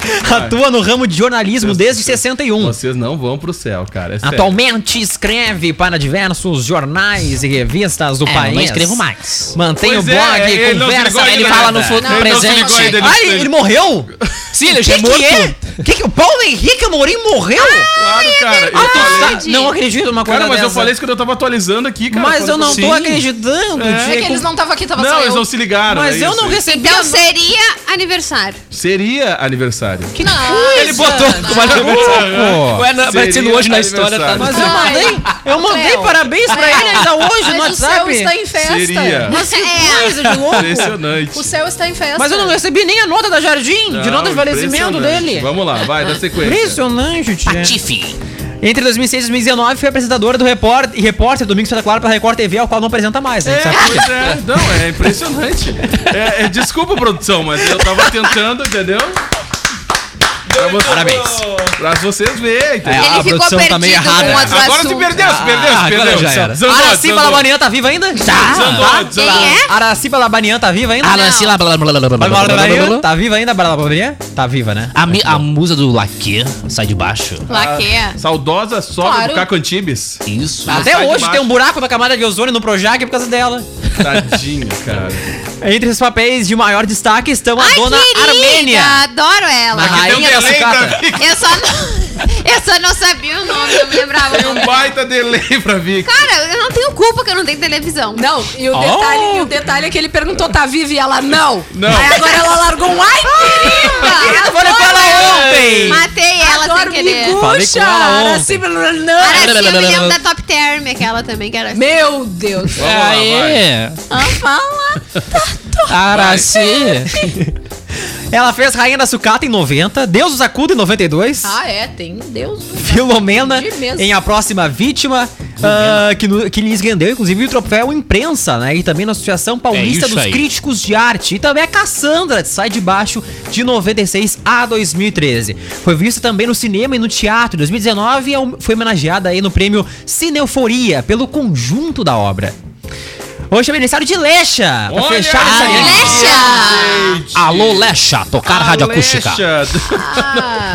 (laughs) Atua no ramo de jornalismo desde 61.
Vocês não vão pro céu, cara. É sério.
Atualmente escreve para diversos jornais e revistas do
É,
país.
não escrevo mais.
Mantém
Pois
o
é,
blog,
ele não se ligou
conversa, ele
ainda,
fala
né?
no futuro
Ele não se
presente.
ligou ainda, ele-
Ai, ele
(laughs)
morreu?
Sim, ele já é
Que
morto.
que é? Que que o Paulo Henrique Amorim morreu?
Claro, cara. Eu
Tu
falei-
tá- Não acredito numa coisa
Ah, Cara, mas eu
dessa.
falei isso quando eu tava atualizando aqui, cara.
Mas eu não
Sim.
tô acreditando,
É que
Diego.
eles não estavam aqui, tava
Não,
só
eles não
eu.
se ligaram.
Mas
é
eu
isso.
não recebi.
Então seria aniversário.
Seria aniversário.
Que
Não.
Ele botou.
Pô,
Ué, não, aparecendo hoje na história, tá?
Mas eu mandei,
(laughs)
eu mandei
Cleo.
parabéns pra ele ainda hoje no
Mas o céu
WhatsApp.
está em festa.
Seria.
Mas que
É.
coisa de louco.
Impressionante.
O céu está em festa.
Mas eu não recebi nem a nota da Jardim, de nota de falecimento
impressionante.
dele.
Vamos lá, vai, dá sequência.
Impressionante,
É.
tia.
Patife.
Entre 2006 e 2019 foi apresentadora do repórter, e repórter Domingo Santa Clara pra Record TV, ao qual não apresenta mais. né?
É,
Sabe?
pois é. Não, é impressionante. É, é, desculpa, produção, mas eu tava tentando, entendeu? Pra você-
Parabéns.
Pra vocês verem, entendeu?
É, a
ele ficou
produção
perdido
tá meio
com
errada.
outro
Agora
assunto.
se perdeu, se perdeu,
Ah,
se
agora
perdeu.
já era.
Zandou,
Araci
zandou.
Balabanian tá viva ainda?
Zandou,
Tá.
zandou.
Quem é?
Araci Balabanian tá viva ainda?
Alanci lá, blá, blá, blá, blá, blá, blá, blá, blá, blá, blá, blá.
Tá viva ainda, Balabanian? Tá viva, né?
A, mi- a musa do Laque sai de baixo.
Tá.
Laque.
Saudosa sogra
Claro.
do Caco Antibes.
Isso.
Até
sai de
hoje
baixo.
tem um buraco na camada de ozônio no Projac por causa dela.
Tadinho, cara.
Entre os papéis de maior destaque estão a
Ai,
dona
querida,
Armênia.
Adoro ela.
A rainha da
delay pra
sucata.
vir.
Eu só não, (laughs) eu só não sabia o nome, não me lembrava. o
Tem
nome.
um baita delay pra vir.
Cara, eu não tenho culpa que eu não tenho televisão.
Não, e o,
Oh.
detalhe, e o detalhe é que ele perguntou, tá viva? E ela, não.
Não.
Aí agora ela largou
(laughs)
um, ai, querida!
Eu falei pra ela ontem.
Matei ela
Adoro
sem querer.
miguxa!
Falei com ela ontem.
Araci, blá, não.
Araci, eu me lembro da Top Term, aquela também, que era assim.
Meu Deus.
Vamos lá, tá, vai.
Aê,
Ah, fala.
Araci.
(laughs) Ela fez Rainha da Sucata em 90, Deus os acuda em 92,
Ah, é, tem Deus.
Filomena
de mesmo.
em A Próxima Vítima, ah, que, no- que lhes rendeu inclusive o troféu imprensa, né? E também na Associação Paulista
É isso
dos
aí.
Críticos de Arte. E também a Cassandra, de Sai de Baixo, de 96 a 2013. Foi vista também no cinema e no teatro. Em 2019 é um- foi homenageada aí no prêmio Cineuforia, pelo conjunto da obra. Hoje é aniversário de Lecha, pra
Olha
fechar essa
aí.
lista.
Lecha!
Alô, Lecha, tocar rádio acústica.
Alexa.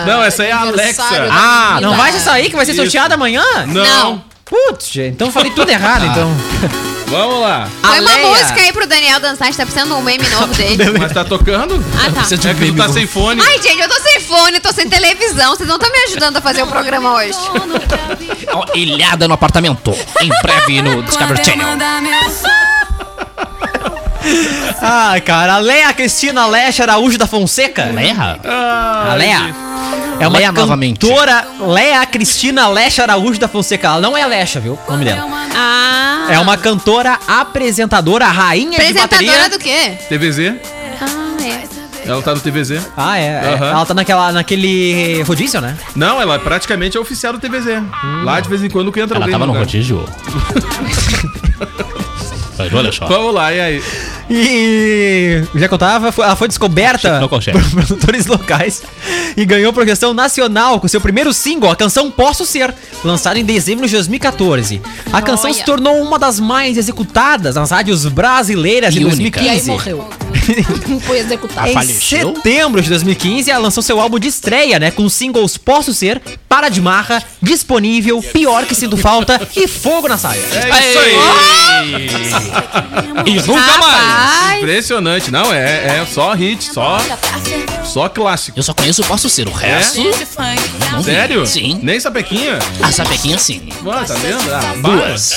Não, essa aí é a Alexa.
Ah, não
tá.
vai se sair que vai ser
Isso.
sorteado amanhã?
Não.
Não.
Putz, gente, então eu falei tudo
Ah,
errado, então.
tá.
Vamos lá.
Foi uma
Aleia.
música aí pro Daniel dançar, está precisando um meme novo
(laughs)
dele.
Mas tá tocando?
Ah, tá.
É que tu tá sem fone.
Ai, gente, eu tô sem fone, tô sem televisão, vocês não estão me ajudando a fazer o programa hoje.
Ó, Ilhada no apartamento. Em breve no Discovery Channel.
Ah, cara, a Leia Cristina Lecha Araújo da Fonseca.
é Erra?
Ah,
A Leia. É uma
Leia
cantora
novamente.
Leia Cristina Lecha Araújo da Fonseca. Ela não é Lecha, viu? O nome dela.
Ah.
É uma cantora, apresentadora, rainha de bateria.
Apresentadora do quê?
TVZ?
Ah, é.
Ela tá no TVZ?
Ah, é. é.
Aham.
Ela tá naquela, naquele rodízio, né?
Não, ela praticamente é oficial do TVZ. Lá de vez em quando que entra
Hum. Ela
alguém.
tava no
lugar.
rodízio.
(laughs)
Mas olha só.
Vamos lá, e aí?
E já contava, foi- ela foi descoberta
Não
(laughs) por
consegue.
produtores locais e ganhou progressão nacional com seu primeiro single, a canção Posso Ser, lançada em dezembro de 2014. A canção se tornou uma das mais executadas nas rádios brasileiras
E
em
única. Tá
E aí
2015.
(laughs) morreu. Foi executado.
Em
faleceu?
setembro de 2015, ela lançou seu álbum de estreia, né? Com os singles Posso Ser, Para de Marra, Disponível, Pior Que Sinto Falta e Fogo na Saia.
É isso aí.
E nunca mais.
Rapaz.
Impressionante. Não, é, é só hit, só, só clássico.
Eu só conheço o Posso Ser, o
É?
resto... não vi.
Sério?
Sim.
Nem sapequinha?
A sapequinha, sim.
Mano, tá vendo? Ah, para.
Duas.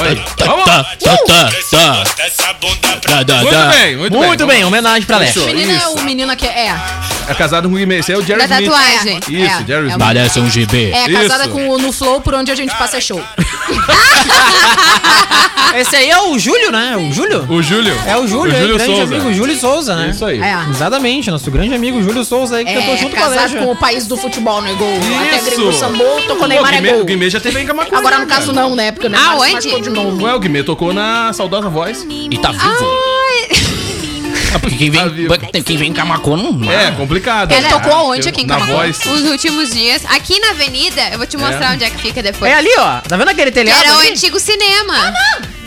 Olha aí. Vamos lá.
Tá, tá, tá, tá. Tá, tá,
Muito
tá.
bem, muito,
Muito bem,
Vamos lá.
homenagem pra Leste.
Fechou.
Menina, é
Isso.
o menino que é.
É casado com o Guimê. Esse é o Jerry
Da
Smith.
tatuagem.
Isso,
É,
Jerry
é
Smith.
Parece um GB.
É, casada
Isso.
com o No Flow, por onde a gente passa é show.
Esse aí é o Júlio, né? O Júlio?
O Júlio.
É o Júlio,
o
é
Júlio
grande
Souza.
amigo, Júlio Souza, né?
Isso aí.
É.
Exatamente, nosso grande amigo Júlio Souza aí que cantou
É,
junto com a
casado
Leja.
com o país do futebol, né? Gol. Até
Isso.
gringo sambou, tocou
Pô, o
Neymar é
Guimê-
gol.
O Guimê já teve em Camacuã.
Agora, no
né,
caso,
cara?
não, né? Porque o
Ah,
Neymar se
onde? Ah.
machucou de novo.
Ué, o Guimê tocou na saudosa voz.
E tá vivo.
Ai,
É porque quem
Tá
vem,
vivo.
quem vem em Camacô não.
É, complicado.
Ele
É,
tocou
aonde
aqui em
Na
Camacuã?
voz.
Os últimos dias. Aqui na avenida, eu vou te mostrar onde é que fica depois.
É ali, ó. Tá vendo aquele
Que
telhado?
era o
ali?
antigo
Ah,
cinema.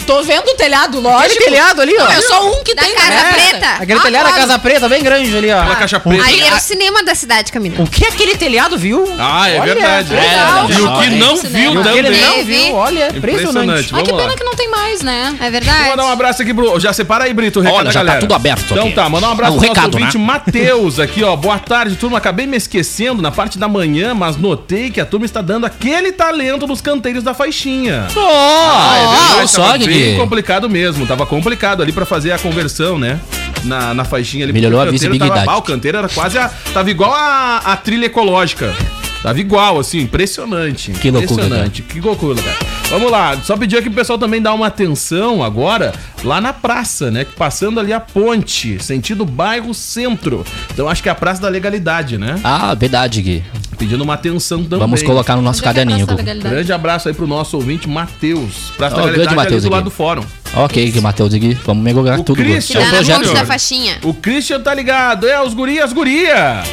Tô vendo o telhado,
Aquele
lógico.
telhado ali, ó. É.
Eu sou um que
Da
tem
Casa
né?
Preta.
Aquele
Ah,
telhado da
claro.
Casa Preta, bem grande ali, ó.
Pela caixa preta.
Ali era o cinema da cidade, Camila.
O que aquele telhado viu?
Ah, é
Olha,
verdade.
legal.
E o que
Olha, é.
não
isso,
viu
né?
E o que
também.
ele não
Teve.
viu, olha, é impressionante.
Impressionante.
Ai, que
Vamos lá.
pena que não tem mais, né?
É
Vou
verdade?
mandar um abraço aqui pro. Já separa aí, Brito, o recado
Olha,
da
já tá
galera.
tudo aberto
Então
aqui.
tá, mandar um abraço
Ah, um
pro nosso
recado,
ouvinte
né?
Matheus aqui, ó. Boa tarde, turma. Acabei me esquecendo na parte da manhã, mas notei que a turma está dando aquele talento nos canteiros da faixinha.
Ah,
Verdade,
olha só,
tava bem
Guigui.
complicado mesmo, tava complicado ali pra fazer a conversão, né? Na, na faixinha ali.
Melhorou
porque o
a
canteiro tava-
visibilidade.
ah, o canteiro era quase a. Tava igual a, a trilha ecológica. Tava igual, assim, impressionante.
Que loucura,
Impressionante. Que loucura, cara. Vamos lá, só pedir aqui pro pessoal também dar uma atenção agora lá na praça, né? Que Passando ali a ponte, sentido bairro centro. Então acho que é a Praça da Legalidade, né?
Ah, verdade, Gui.
Pedindo uma atenção também.
Vamos colocar no nosso
Onde é que é a
caderninho.
Praça
Gugu.
da Legalidade?
Grande abraço aí pro nosso ouvinte, Matheus. Praça da
Ó, grande
Legalidade ali
Matheus
do
aqui.
lado do fórum.
Ok, Gui, Matheus e Gui. Vamos melhorar
O
tudo. Gui.
Christian
É um
Lá no
projeto.
monte da faixinha.
O Christian tá ligado, é os guri, as guria.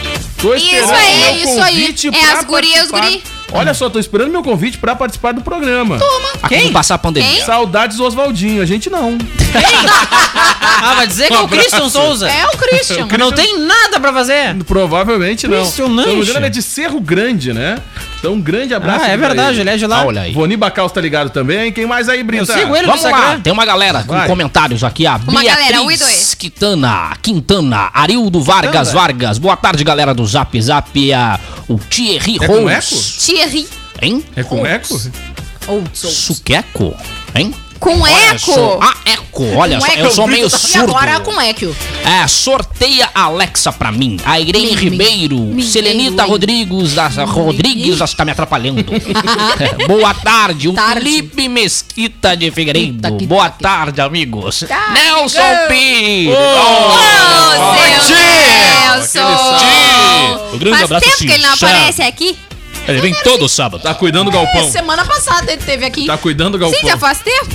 Tô
Isso
esperando
aí,
meu
isso aí.
convite
É
pra
as guri, é os
participar.
guri.
Olha só, tô esperando meu convite pra participar do programa. Toma.
Ah, quando passar a pandemia.
Saudades do Oswaldinho, a gente não. (laughs)
Ah, vai dizer que é o Christian Souza.
É o Christian.
Que não tem nada pra fazer.
Provavelmente não.
Impressionante.
Se não me engano, ele é de Cerro Grande, né? Então, um grande abraço.
Ah, é
aqui pra
verdade, ele é de lá.
Ah, olha aí.
Voni Bacal tá ligado também. Quem mais aí, Brita?
Eu sigo ele no
Vamos lá,
Instagram.
tem uma galera com
Vai.
comentários aqui. A
Uma galera, um e dois.
Quintana, Quintana, Arildo Vargas Vargas. Boa tarde, galera do Zap Zap. É A, o Thierry
É com
Rons.
Thierry.
Hein?
É com eco?
Suqueco? Hein?
Com
Olha só.
Um eco. Um
Ah, eco. Olha só, eu sou
Tá
meio
E
surdo.
agora com Equio.
É, sorteia Alexa pra mim. A Irene Ribeiro. Selenita Rodrigues. Das, Rodrigues, acho que tá me atrapalhando.
(laughs)
(laughs) Boa tarde. O
Tarde.
Felipe Mesquita de Figueiredo.
Quita, quita,
Boa tarde, amigos.
Tá
Nelson Pires.
Oh,
Ô,
Tchê.
seu Nelson.
Um grande
Faz
abraço,
tempo que ele não
Xinxá.
aparece aqui.
Ele vem todo sábado.
Tá cuidando do galpão.
É, Semana passada ele teve aqui.
Tá cuidando do galpão.
Sim, já faz tempo.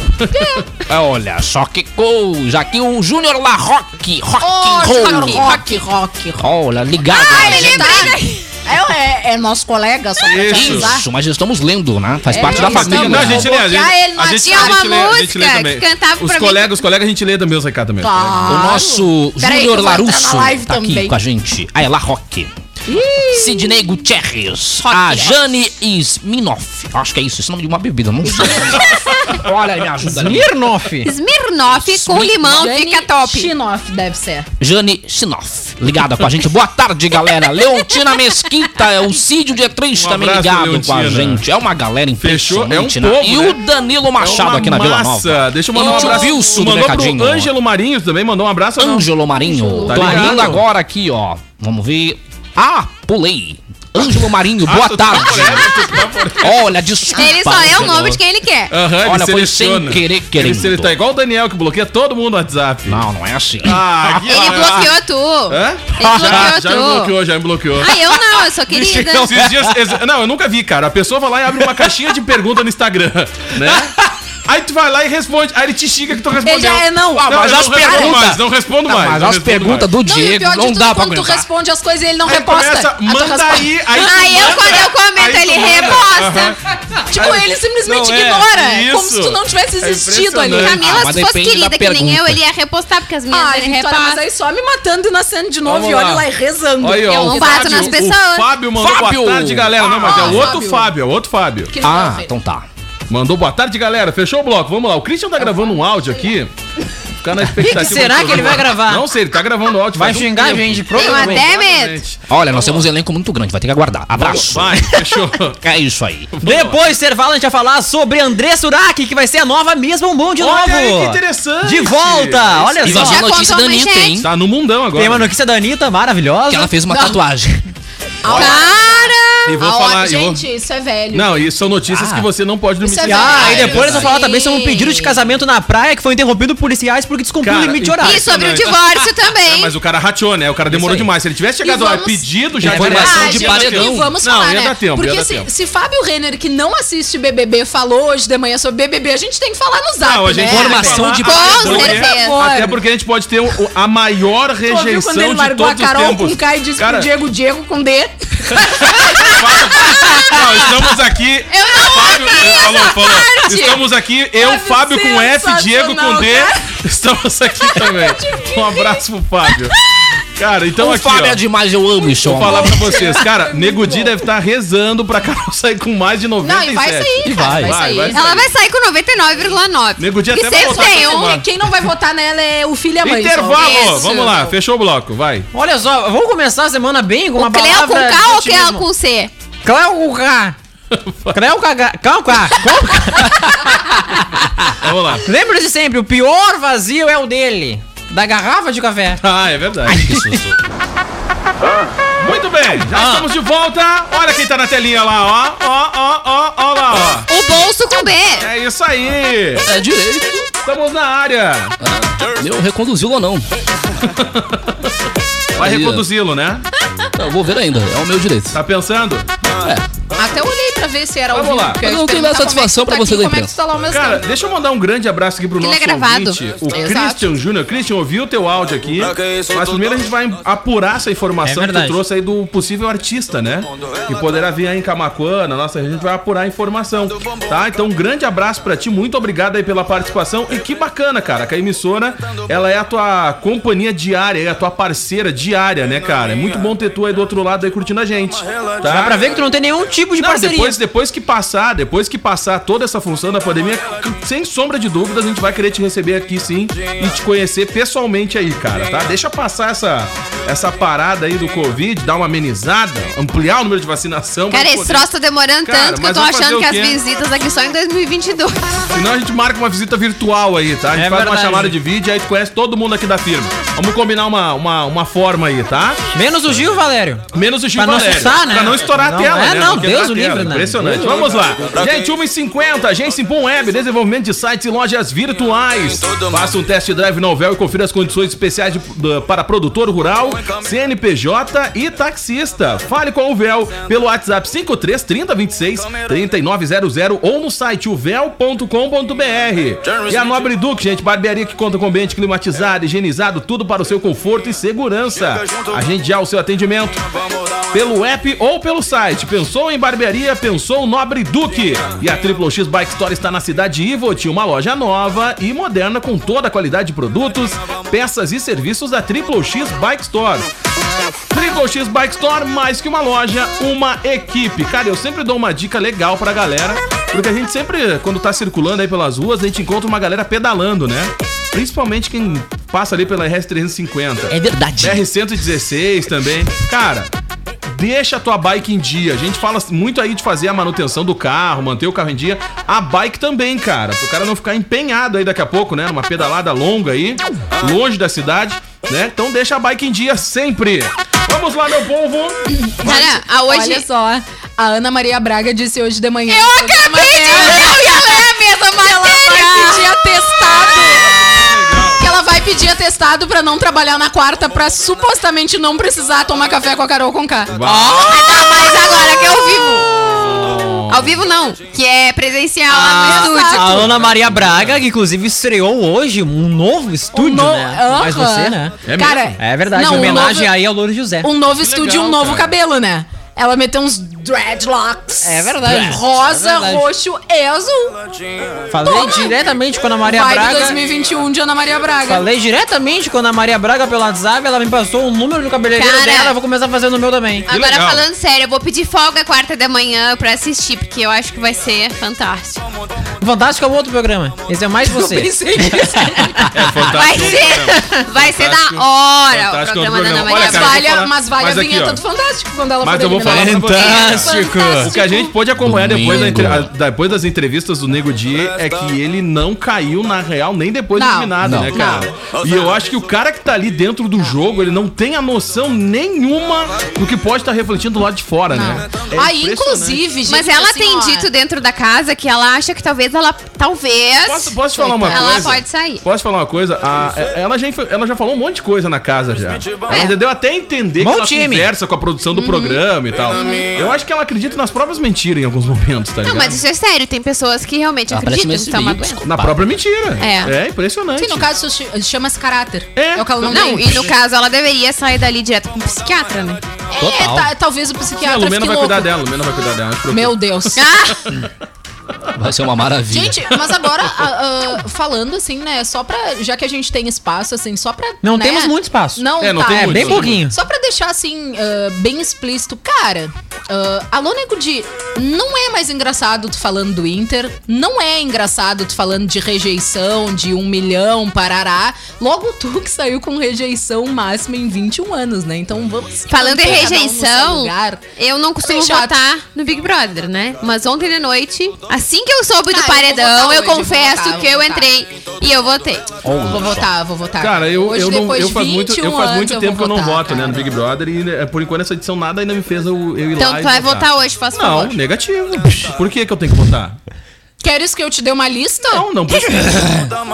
É.
Olha só que coisa. Aqui o Júnior La Rock. Rock and roll.
rock, rock, rock, rock.
Olha, ligado. né,
Ele
gente?
tá. É, é, é nosso colega, (laughs) só pra te
Isso.
avisar.
Isso, mas estamos lendo, né? Faz parte da
isso,
família.
Não, a gente lê, a gente,
Bloquear ele no
a gente,
WhatsApp.
a gente
Tinha
lê,
uma
a gente lê
música
também.
que cantava
Os
pra mim.
colegas, os colegas a gente lê também os recados mesmo.
O nosso
Peraí, que
Júnior
eu vou entrar
Larusso
na live
tá aqui
também.
com a gente. A Ela Rock. Sidney Gutierrez.
Rock é.
a
Rock.
Jane Sminoff. Acho que é isso. Esse é o nome de uma bebida, não
(laughs)
sei. Olha, me ajuda. ali.
Smirnoff.
Smirnoff com limão
Jane
fica top.
Shinoff deve ser.
Jane Sinoff, ligada com a gente. Boa tarde, galera. Leontina Mesquita, é o Cídio de Três
Um
também
abraço,
ligado com a
Leontina.
gente. É uma galera
Fechou,
impressionante,
é um
né?
povo,
E
né?
o Danilo Machado
uma
aqui na Vila
massa.
Nova.
Deixa eu mandar um
E o
abraço.
Wilson do Uhum.
mandou
Mercadinho.
pro Ângelo Marinhos também, mandou um abraço. ou não?
Ângelo Marinho.
Tá
Tô
ligado?
abrindo agora aqui, ó. Vamos ver. Ah, pulei. Ângelo Marinho, boa
tu tá
tarde.
por essa, tu tá por essa.
Olha, desculpa.
Ele só é o nome de
quem.
quem ele quer.
Aham, ele
Olha, foi
seleciona.
sem querer
Ele,
querendo.
se- ele tá igual o Daniel que bloqueia todo mundo no WhatsApp.
Não, não é assim.
Ah, que-
Ele bloqueou tu.
Hã?
Ele
já, já me
bloqueou tu.
bloqueou, já me bloqueou.
Ah, eu não,
(laughs)
eu sou querida.
Não, esses dias- esses- não, eu nunca vi, cara. A pessoa vai lá e abre uma caixinha de pergunta no Instagram, né? Aí tu vai lá e responde. Aí ele te xinga que tu respondeu.
Ele já é não.
Ah, mas
Não,
as
eu não respondo
perguntas.
mais,
não respondo
Não,
mais.
Tá, mas as perguntas do
Não, e o
Diego
pior de
não
tudo,
dá pra
quando tu
aguentar.
responde as coisas e ele não
Aí
reposta.
começa,
A tua
manda
resposta.
aí. Aí, tu
Aí Ah, eu,
manda,
quando eu comento,
aí tu
ele
manda.
reposta.
Tipo,
Aí-
ele simplesmente
Não, é,
ignora. Como
isso.
se tu não tivesse
É
existido ali.
impressionante.
Camila,
Ah, mas
se fosse
depende da
querida que nem eu,
pergunta.
ele ia repostar, porque as minhas
Ai,
ele
Vitória, Ah, mas
reposta.
aí só me matando e nascendo de novo.
Vamos
e olha
lá.
lá e rezando.
Olha aí, ó,
Eu
o
não bato
Fábio-
nas pessoas.
O Fábio mandou
Fábio!
boa tarde, galera. Não, mas é o
Ah,
outro
Fábio.
Fábio, é o outro Fábio.
Que não dá,
Ah,
velho.
então tá.
Mandou boa tarde, galera. Fechou o bloco. Vamos lá. O Christian tá gravando um áudio aqui. Ficar na expectativa.
que será
do
que ele
programa.
vai gravar?
Não sei, ele tá gravando áudio.
Vai
faz um
xingar a
tempo.
gente,
Tenho
provavelmente.
até medo.
Olha, nós temos um elenco muito grande, vai ter que aguardar. Abraço.
Vai, fechou.
(laughs)
É isso aí.
Depois do intervalo, a gente vai falar sobre André Surak, que vai ser a nova mesmo Bom de novo.
Olha aí, que interessante.
De volta, olha
E
só.
vai ter
Já
notícia da
contou a
Anitta,
manchete.
hein?
Tá no mundão agora.
Tem uma notícia da Anitta maravilhosa.
Que ela fez uma tatuagem.
Cara!
E vou
Ah, ó,
falar. e vou-
gente, isso é velho.
Não, isso são notícias
Ah.
que você não pode dormir
Isso é
sem
verdade.
Ah, e
Ah,
depois
eu
nós vamos falar
sei.
também sobre um pedido de casamento na praia que foi interrompido por policiais porque descumpriu o
Cara,
limite
e-
horário.
E sobre o
Impressionante. (laughs)
divórcio
Ah,
também.
mas o cara rateou, né? O cara demorou
aí.
demais. Se ele tivesse chegado
E
lá
vamos-
pedido, já
Informação
direto,
um de
ia dar
paredão.
tempo.
É E vamos
não,
falar,
ia
né?
dar tempo, ia
Porque
dar
se,
tempo.
se Fábio Renner, que não assiste BBB, falou hoje de manhã sobre BBB, a gente tem que falar no Zap,
Não, a gente
né?
tem que
Formação de né?
Com
Porque-
certeza.
Até né? porque a gente pode ter o- a maior
Tu ouviu
rejeição
quando ele
de
largou a
todos os
Carol
tempos.
com K e disse
Cara,
pro Diego Diego com D?
Não, estamos aqui.
É
Eu não
Fábio, falou, falou.
parte.
Estamos aqui, eu,
Fábio,
Fábio com F,
sensacional,
Diego com D.
cara.
Estamos aqui
(laughs)
também. Um abraço pro Fábio. Cara, então
o
aqui.
Fábio
ó.
é demais, eu amo isso.
Vou falar pra vocês,
(laughs)
cara, Nego Di deve estar rezando pra Carol sair com mais de 97.
Não, e vai sair, cara,
vai,
vai,
vai,
sair.
vai.
Ela vai sair com 99,9.
Nego dia
E
até vai
vocês
voltar pra
têm um
tomar.
Quem não vai votar nela é o filho e a mãe. só.
Intervalo!
Isso.
Vamos lá, fechou o bloco, vai.
Olha só, vamos começar a semana bem com uma
Cleo com
palavra de
K ou
otimismo.
Cleo com C?
Cleo com K. Cleo com H. Cleo com K.
Vamos lá.
Lembra-se sempre, o pior vazio é o dele. Da garrafa de café.
Ah, é verdade. (laughs) Muito bem, já
Ah.
estamos de volta. Olha quem tá na telinha lá, ó. Ó, ó, ó, ó lá,
O bolso com B.
ó. É isso aí.
É direito.
Estamos na área.
Meu, reconduziu ou não?
Vai
Aí, ó.
reconduzi-lo, né?
Eu vou ver ainda, é o meu direito.
Tá pensando?
Até olhei pra ver se era
Vamos
ao vivo.
lá.
porque eu
Não,
ia
quem
perguntar
dá satisfação
como é
pra
que
você
tá
da
aqui, Como é que
imprensa?
tu tá lá ao mesmo
Cara,
tempo?
deixa eu mandar um grande abraço aqui pro
Ele
nosso
é gravado.
ouvinte, o
Exato.
Christian Júnior. Christian, ouviu o teu áudio aqui, mas primeiro a gente vai apurar essa informação
É
que tu
verdade.
trouxe aí do possível artista, né? Que poderá vir aí em Camacuã, na nossa região, a gente vai apurar a informação, tá? Então, um grande abraço pra ti, muito obrigado aí pela participação e que bacana, cara, que a emissora, ela é a tua companhia diária, é a tua parceira diária, né, cara? É muito bom ter tu aí do outro lado aí curtindo a gente,
Dá
tá?
pra ver que tu não tem nenhum tipo de
Não,
parceria.
depois, depois que passar, depois que passar toda essa função da pandemia, c- sem sombra de dúvidas, a gente vai querer te receber aqui sim e te conhecer pessoalmente aí, cara, tá? Deixa passar essa, essa parada aí do Covid, dar uma amenizada, ampliar o número de vacinação. pra
Cara, esse
poder-
troço tá demorando
Cara,
tanto que eu
mas
tô
vai fazer
achando
o
que as
quê?
visitas aqui só em (laughs) 2022.
Senão a gente marca uma visita virtual aí, tá? A gente
É
faz uma
verdade.
chamada de vídeo aí tu conhece todo mundo aqui da firma. Vamos combinar uma, uma, uma forma aí, tá?
Menos o Gil, Valério.
Menos o Gil
Pra não
Valério.
assustar, né?
Pra não estourar
Não,
a tela,
é,
né?
não,
Porque
Deus
tá
o
tela.
livre, né?
Impressionante.
Deus
Vamos lá. Gente, 1,50. Agência Impom Web, desenvolvimento de sites e lojas virtuais. Faça um test drive novel e confira as condições especiais de- da- para produtor rural, CNPJ e taxista. Fale com o Véu pelo WhatsApp 53 30 26 3900 ou no site uvel.com.br. E a Nobre Duque, gente, barbearia que conta com ambiente climatizado, higienizado, tudo para o seu conforto e segurança. Agende já o seu atendimento pelo app ou pelo site. Pensou em barbearia? Pensou Nobre Duque. E a Triple X Bike Store está na cidade de Ivoti, uma loja nova e moderna com toda a qualidade de produtos, peças e serviços da Triple X Bike Store. Triple X Bike Store, mais que uma loja, uma equipe. Cara, eu sempre dou uma dica legal pra galera, porque a gente sempre, quando tá circulando aí pelas ruas, a gente encontra uma galera pedalando, né? Principalmente quem passa ali pela RS350.
É verdade.
BR-116 também. Cara, deixa a tua bike em dia. A gente fala muito aí de fazer a manutenção do carro, manter o carro em dia. A bike também, cara. Pro cara não ficar empenhado aí daqui a pouco, né? Numa pedalada longa aí, longe da cidade, né? Então deixa a bike em dia sempre. Vamos lá, meu povo.
Cara, a ah, hoje.
Olha só, a Ana Maria Braga disse hoje de manhã.
Eu acabei de ler, eu ia ler a mesma
Vai
matéria.
pedir atestado. Que ela vai pedir atestado pra não trabalhar na quarta, pra supostamente não precisar tomar café com a Carol Conká.
Ah, não, mas agora que é ao vivo. Ao vivo não, que é presencial
Ah,
lá no estúdio.
Ah, A Ana Maria Braga, que inclusive estreou hoje um novo estúdio,
no-
né? Mas
Aham.
você, né?
É
Cara,
mesmo?
É verdade,
Não, um
homenagem
novo-
aí ao Louro José.
Um novo estúdio e um
legal,
novo
cara.
cabelo, né? Ela meteu uns dreadlocks.
É verdade.
Rosa,
É verdade.
roxo e azul.
Falei
Toma.
diretamente com a Ana Maria
Vai do
Braga.
2021 de Ana Maria Braga.
Falei diretamente com a Ana Maria Braga pelo WhatsApp, ela me passou o número do cabeleireiro
Cara.
dela, eu vou começar a fazer no meu também.
Agora,
legal.
falando sério, eu vou pedir folga quarta da manhã pra assistir, porque eu acho que vai ser fantástico.
Fantástico é o outro programa. Esse é mais você.
É
Vai ser, (laughs) vai ser da hora o
Fantástico é um
programa da Ana
programa.
Maria
Olha, cara, eu vou falar-
mas vale,
Braga.
mas vale
mas
a
aqui,
vinheta
ó.
do Fantástico quando ela
Mas
for
eu vou
eliminada.
né?
falar-
Fantástico.
O que a gente pôde acompanhar depois, da entre-
Domingo.
a- depois das entrevistas do Nego Di é que ele não caiu na real nem depois de
Não.
eliminado,
Não.
né, cara? E eu acho que o cara que tá ali dentro do jogo, ele não tem a noção nenhuma do que pode estar refletindo do lado de fora, né? É
Aí,
impressionante.
inclusive, gente.
Mas ela
assim,
tem
ó,
dito dentro da casa que ela acha que talvez ela. Talvez.
Posso, posso te falar uma
ela
coisa?
pode sair.
Posso te falar uma coisa? A- ela, já, inf- ela já falou um monte de coisa na casa já.
É.
Ela já deu até a entender
Bom
que ela
time.
conversa com a produção
Uhum.
do programa e tal. Eu acho que ela acredita nas próprias mentiras em alguns momentos, tá
Não,
ligado?
mas isso é sério, tem pessoas que realmente
Ah, parece
acreditam,
meio
então não
civil,
aguento.
Na própria mentira.
É.
É impressionante.
Sim, no caso, isso ch- chama-se caráter.
É.
o que ela não,
Não,
tem.
e no caso ela deveria sair dali direto com um psiquiatra, né?
É, ta- talvez o
a
psiquiatra
Lumena
fique
vai
louco.
cuidar dela, a Lumena vai cuidar dela. não se preocupe.
Meu Deus.
Ah,
Vai ser uma maravilha.
(laughs) Gente, mas agora, ah, ah, falando assim, né? Só pra. Já que a gente tem espaço, assim, só pra.
Não
né,
temos muito espaço.
Não,
É, não
tá.
tem
É,
muito.
bem pouquinho.
Só pra deixar assim, ah, bem explícito, cara, ah, alô Nego Di, não é mais engraçado tu falando do Inter, não é engraçado tu falando de rejeição, de um milhão, parará. Logo tu (laughs) que saiu com rejeição máxima em 21 anos, né? Então vamos.
falando em
cada um no seu
rejeição,
lugar.
eu não costumo
Bem chato.
votar no Big Brother, né? Mas ontem de noite, assim que eu soube do
Ah, eu vou
paredão,
votar
eu
hoje, eu vou
confesso
votar, eu
que eu
vou votar.
entrei e eu votei.
Vou votar, vou votar.
Cara, eu,
Hoje,
eu, não,
depois
eu
de
faz muito, eu
21
faz muito
anos,
tempo que eu
vou
não
votar,
voto, né, no
cara.
Big Brother. E né, por enquanto essa edição nada ainda me fez eu, eu ir
Então
lá e
é
tu vai votar hoje, faz
Não,
favor.
negativo. Por que que eu tenho que votar?
Queres que eu te dê uma lista?
Não, não precisa.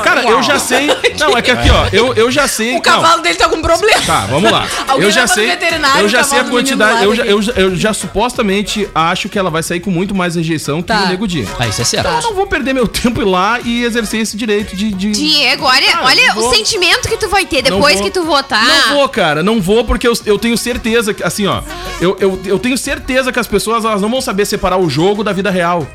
Cara, eu já sei. Não, é que aqui, ó, eu, eu já sei.
O cavalo dele tá com problema.
Tá, vamos lá.
(laughs) Alguém
eu já
leva no
sei.
veterinário
Eu
o
já sei a
cavalo do menino
quantidade.
lá
Eu já,
daqui.
eu, já- eu já supostamente acho que ela vai sair com muito mais rejeição que
Tá.
o Nego Di.
Ah, isso é certo.
Eu não vou perder meu tempo ir lá e exercer esse direito de. de...
Diego, olha,
Cara,
olha
não
o
vou.
sentimento que tu vai ter
Não
depois
vou.
que tu
Tá.
votar.
Não vou, cara, não vou porque eu, eu tenho certeza que, assim, ó, eu, eu, eu tenho certeza que as pessoas elas não vão saber separar o jogo da vida real.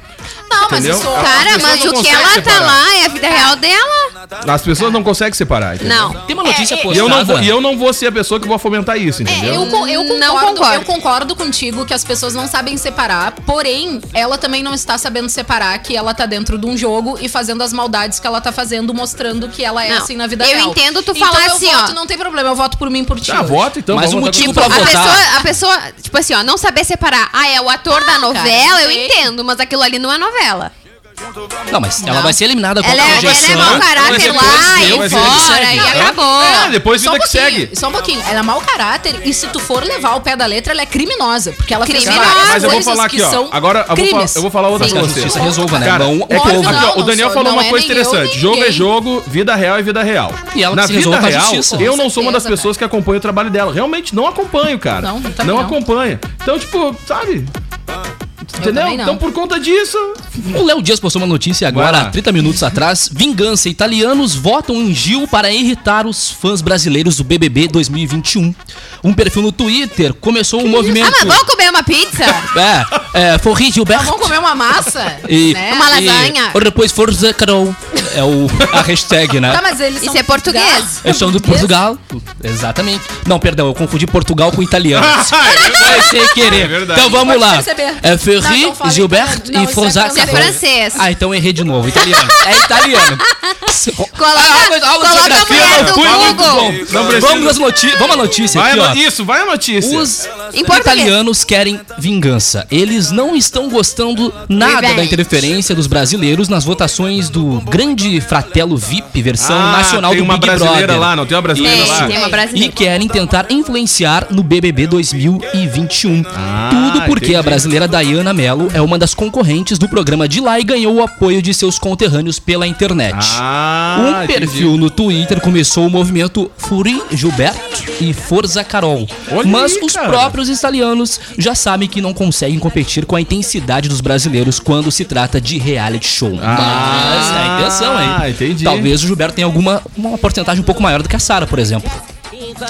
Não, mas
Entendeu?
isso.
A-
Cara,
pessoa
mas
não
o que
consegue
ela tá
separar.
lá é a vida real dela?
As pessoas não conseguem separar, entendeu?
Não.
Tem uma notícia
E
é.
postada.
eu não, vou, e eu não vou ser a pessoa que vou fomentar isso,
É,
entendeu?
eu, con- eu concordo,
Não concordo.
eu concordo contigo que as pessoas não sabem separar, porém, ela também não está sabendo separar que ela tá dentro de um jogo e fazendo as maldades que ela tá fazendo, mostrando que ela é
Não,
assim na vida
eu
real.
entendo tu
então,
falar
eu
assim,
voto,
ó.
não tem problema, eu voto por mim por ti.
Tá, vota então.
Mas o
vamos votar
um motivo
todo
pra
mundo.
A
votar.
pessoa, a pessoa, tipo assim, ó, não saber separar. Ah, é o ator da novela, eu
sei.
entendo, mas aquilo ali não é novela.
Não, mas ela vai ser eliminada com
Ela
a
é, ela é
rejeição.
mau
mas
caráter
depois
lá,
deu,
e
mas ele
fora, né?
segue.
e
É,
acabou.
É, depois
Só
vida
um
que
pouquinho,
segue.
só um pouquinho. Ela é mau caráter e se tu for levar ao pé da letra, ela é criminosa. Porque ela fez
Criminosa.
várias
Mas eu vou
coisas
falar aqui,
que
ó.
são
Agora eu vou, falar,
crimes.
eu vou falar outra
Sim,
pra
que a
você.
justiça resolva, né?
Cara,
Não
é que,
o povo.
aqui, ó, o
Não,
Daniel
não
falou
sou-
uma
não é
coisa
nem eu,
interessante.
nem
Jogo é
ninguém.
jogo, vida real é vida real.
E ela que
Na
se
vida
resolva com a
real,
justiça.
eu não sou uma das
certeza,
pessoas que acompanha o trabalho dela. Realmente não acompanho, cara.
Não, também
não
não.
acompanha. Então, tipo, sabe? Entendeu?
também não.
Então, por conta disso.
O Um Léo Dias postou uma notícia
Vai
agora,
lá.
há 30 minutos atrás. Vingança. Italianos votam em Gil para irritar os fãs brasileiros do BBB 2021. Um perfil no Twitter começou um movimento.
Ah, mas vamos comer uma pizza?
É, é, Forri Gilberto.
Vamos comer uma massa?
E,
né?
Uma lasanha.
E, depois Forza Carol. É o, a hashtag, né?
Tá, mas eles
Isso
são
é português.
Eu sou do Portugal. Exatamente. Não, perdão, eu confundi Portugal com italiano. Foi sem
Ah! É
querer.
verdade.
então vamos
Pode
lá.
perceber.
É
Não,
Ferri,
então fala
Gilbert
italiano. Não,
e
isso é
Forza
francês.
É francês.
Ah, então eu errei de novo. Italiano. É italiano.
(laughs) Coloca-
Ah, mas aula de
coloca a
geografia
mulher
não
do
foi muito
Google.
bom.
(laughs) Não precisa.
Vamos, às noti- vamos à notícia
Vai
aqui,
a
ó.
no- Isso, vai a notícia.
Os
Em português.
italianos querem vingança. Eles não estão gostando nada
Revenge.
da interferência dos brasileiros nas votações do Grande Fratello VIP, versão
Ah,
nacional
tem
do
uma
Big
brasileira
Brother.
lá, não tem uma brasileira
Tem,
lá?
tem uma
E
brasileira.
querem tentar influenciar no BBB 2021. Tudo porque
Ah, entendi.
a brasileira Dayana Mello é uma das concorrentes do programa de lá e ganhou o apoio de seus conterrâneos pela internet.
Ah,
Um
entendi.
perfil no Twitter começou o movimento Furi Gilberto e Forza Carol.
Olha
Mas
aí,
os
cara.
próprios italianos já sabem que não conseguem competir com a intensidade dos brasileiros quando se trata de reality show.
Ah,
Mas é a intenção aí.
entendi.
Talvez o Gilberto tenha alguma uma porcentagem um pouco maior do que a Sara, por exemplo.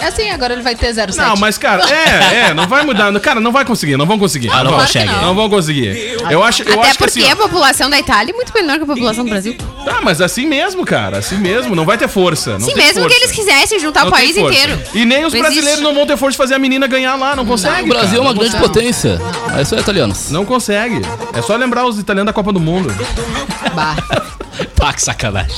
É assim, agora ele vai ter 07.
Não, mas, cara, é, é, não vai mudar. Cara, não vai conseguir, não vão conseguir.
Ah, não
vão,
consegue.
Não vão conseguir. Eu acho, eu
Até
acho que
porque
assim.
a população da Itália é muito menor que a população do Brasil.
ó, Tá, mas assim mesmo, cara. Assim mesmo, não vai ter força. Não
Sim,
tem
mesmo
força.
que eles quisessem juntar
Não
o
tem
país
força.
inteiro.
E nem os
Não
brasileiros
existe.
não vão ter força de fazer a menina ganhar lá, não consegue.
O Brasil é
cara.
uma grande potência. É isso aí, italianos.
Não consegue. É só lembrar os italianos da Copa do Mundo.
Bah.
(laughs) Pá, que sacanagem.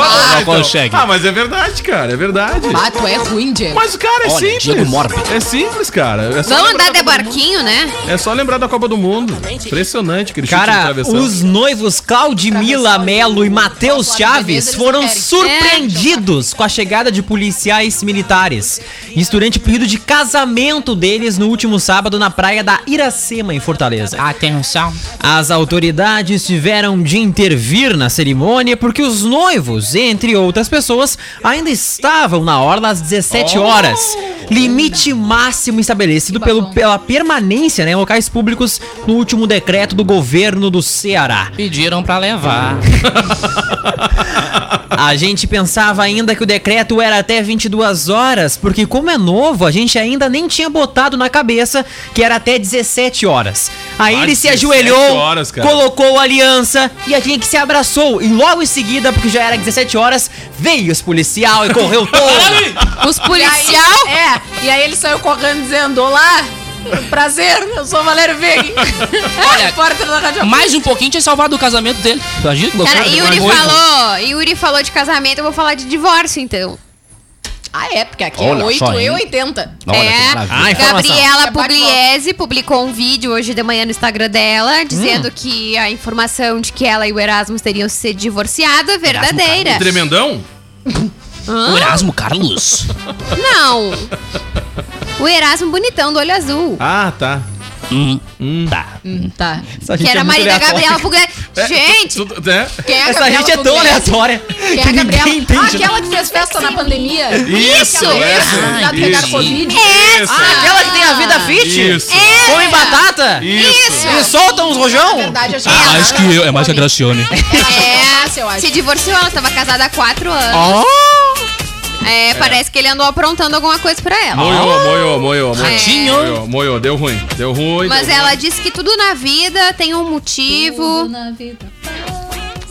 Ah,
não consegue.
Ah, mas é verdade, cara. É verdade.
Bah, tu é ruim, Diego.
Mas, cara, é
Olha, Diego
simples.
mórbido.
É simples, cara. É só
Vão
lembrar
andar
da
de
Copa do Mundo.
barquinho, né?
É só lembrar da Copa do Mundo. Impressionante aquele chute de
Cara,
travessão.
os noivos Claudimila Melo e Matheus Chaves foram surpreendidos com a chegada de policiais militares. Isso durante o período de casamento deles no último sábado na praia da Iracema, em Fortaleza.
Atenção.
As autoridades tiveram de intervir na cerimônia porque os noivos, entre outras pessoas, ainda estavam na orla às 17 horas. Limite máximo estabelecido pelo, pela permanência né, em locais públicos no último decreto do governo do Ceará.
Pediram pra levar.
A gente pensava ainda que o decreto era até 22 horas, porque como é novo, a gente ainda nem tinha botado na cabeça que era até 17 horas. Aí
Ah,
ele se
17
ajoelhou,
horas, cara.
colocou a aliança e a gente que se abraçou. E logo em seguida, porque já era 17 horas, veio os policial e correu
(laughs)
todo.
Os policial.
Policial? É. E aí ele saiu correndo dizendo: Olá, prazer, eu sou o Valério
(laughs)
Veg. Olha, (laughs) repórter da Rádio
Mais um pouquinho tinha salvado o casamento dele. Tá, Imagina,
Cara,
loucura,
Yuri
noivo.
falou, Yuri falou de casamento, eu vou falar de divórcio então.
Ah, é, porque aqui
Olha
é 8,
só, hein?
eu 80.
Olha, que
é,
maravilha.
Ah, informação.
Gabriela
É bate-bola.
Pugliese publicou um vídeo hoje de manhã no Instagram
Hum.
dela, dizendo que a informação de que ela e o Erasmus teriam se divorciado é verdadeira.
O tremendão?
O Erasmo Carlos.
Não! O Erasmo bonitão do olho azul.
Ah, tá.
Hum, Tá.
Hum, tá.
Essa gente
que era
é
a
muito
Marina
aleatória.
Gabriela Pugliese.
É,
Gente,
Tudo- né?
Quem é a
Essa
Gabriela
gente é tão
Pugliese?
aleatória
Quem é
que
a Gabriela?
ninguém entende. né?
Ah, aquela que fez festa na pandemia.
Isso,
Aquela que
essa,
precisava pegar
isso.
Covid.
Isso.
Ah, aquela que tem a vida fit?
Isso.
É.
Come batata?
Isso.
E soltam os
Na
rojão?
verdade, eu achei
É
ela.
é
a Gracione.
Essa, eu
é,
acho.
se divorciou, ela estava casada há quatro anos.
Ó.
É, parece que ele andou aprontando alguma coisa pra ela.
Moiô, moiô, moiô, moiô.
Ratinho.
Moiô, moiô, deu ruim. Deu ruim.
Mas
deu
ela
ruim.
disse que tudo na vida tem um motivo.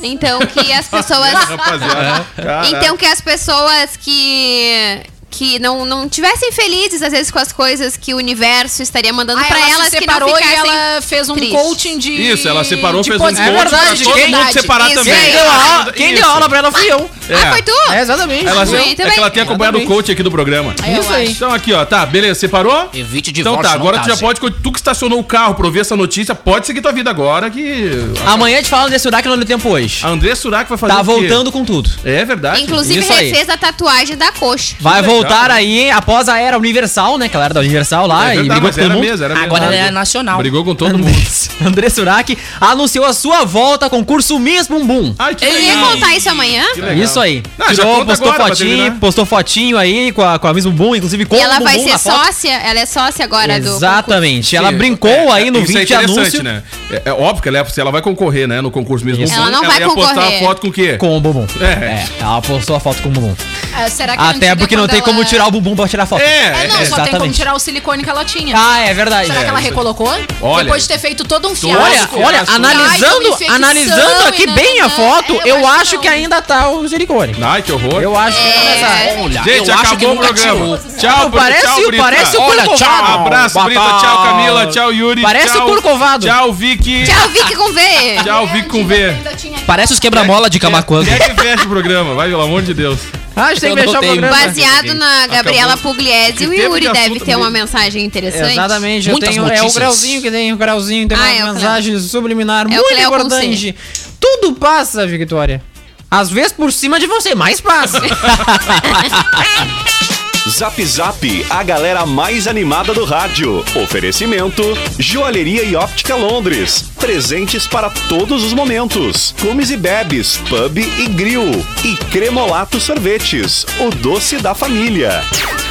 Então que
(laughs)
as pessoas.
Rapaziada. Caraca.
(laughs) então que as pessoas que. Que não, não tivessem felizes, às vezes, com as coisas que o universo estaria mandando
Ah,
pra
ela
elas
se
que não
separou e
ficassem.
ela fez um
tristes.
coaching de.
Isso, ela separou,
de
fez um coach
posição.
pra
verdade,
todo
verdade.
mundo separar
Isso
também.
aí.
Quem deu a aula- Quem
Isso.
deu a aula pra ela fui eu.
Ah, foi tu?
É, exatamente.
Ela
Muito
é que
bem.
ela tem acompanhado o coach aqui do programa.
Eu Isso aí. acho.
Então aqui, ó, tá, beleza, separou?
Evite divórcio.
Então tá, agora
não
tu já
assim.
case.
pode, tu que estacionou o carro pra ouvir essa notícia, pode seguir tua vida agora que
Amanhã te falo desse lugar que não deu tempo hoje.
a André Surak vai fazer
Tá
é o quê?
voltando com tudo.
É verdade.
Inclusive,
Isso aí.
refez a tatuagem da coxa.
Vai
legal,
voltar
né?
aí após a era Universal, né? Que ela era da Universal lá
É
e
verdade,
brigou
mas
com todo
era
mundo.
mesmo, era mesmo.
Agora ela é nacional.
Brigou com todo mundo.
Andrés- André Surak anunciou a sua volta ao concurso Miss Bumbum.
Ai, que
Eu ia contar isso amanhã.
Que legal.
Isso aí.
Não, já
Tirou,
conta
postou
agora pra
fotinho,
terminar.
postou fotinho aí com a, com a Miss Bumbum, inclusive com
E ela
o
vai
Bumbum
ser
na foto.
sócia, ela é sócia agora do.
Exatamente. Ela
Sim,
brincou
é,
aí no
isso
vídeo de
é interessante,
anúncio
Né? É, é óbvio que ela, é- se ela vai concorrer, né? No concurso mesmo.
Ela
Bumbum,
não vai
ia postar
concorrer.
a foto com o quê?
com o Bumbum.
É.
ela postou a foto com o Bumbum.
Ah, será que
Até porque não tem como tirar o Bumbum pra tirar a foto.
É,
É, não, só tem como
Exatamente.
tirar o silicone que ela tinha.
Ah, é verdade.
Será que ela
isso aí.
recolocou?
Olha.
Depois de ter feito todo um fiasco.
Olha, olha,
Fiasco. Ai,
analisando,
uma infecção
analisando
e
aqui
nananã.
bem a foto,
É,
eu acho que
não.
ainda tá o silicone.
Ai, que horror.
Eu acho que tá nessa.
Olha,
Gente,
eu acho que
acabou o
nunca
programa.
tirou.
Tchau, Brito.
parece
tchau,
o-
Brito.
parece o
Olha,
Corcovado.
tchau. Abraço,
Boa
Brito.
tarde.
Tchau, Camila. Tchau, Yuri.
Parece o
tchau,
Corcovado.
Tchau, Vicky.
Tchau, Vicky com V.
Tchau, Vicky com V.
Ainda tinha
Parece os quebra-mola de Camacuanga.
Quer que feche o programa? Vai, pelo amor de Deus.
Ah, a gente tem que
Eu
deixar
não
o
tenho.
programa.
Baseado na Gabriela Pugliese,
Que
o
teve
Yuri
de
deve
assunto
ter uma
mesmo.
mensagem interessante.
Exatamente, eu
Muitas
tenho, é o
notícias.
grauzinho que tem, o grauzinho tem
Ah,
uma
é o
mensagem subliminar
É o
muito
Cleo
importante. Tudo passa, Victoria. Às vezes por cima de você, mas passa.
Zap Zap, a galera mais animada do rádio. Oferecimento: Joalheria e Óptica Londres. Presentes para todos os momentos. Comes e bebes, pub e grill. E Cremolato Sorvetes, o doce da família.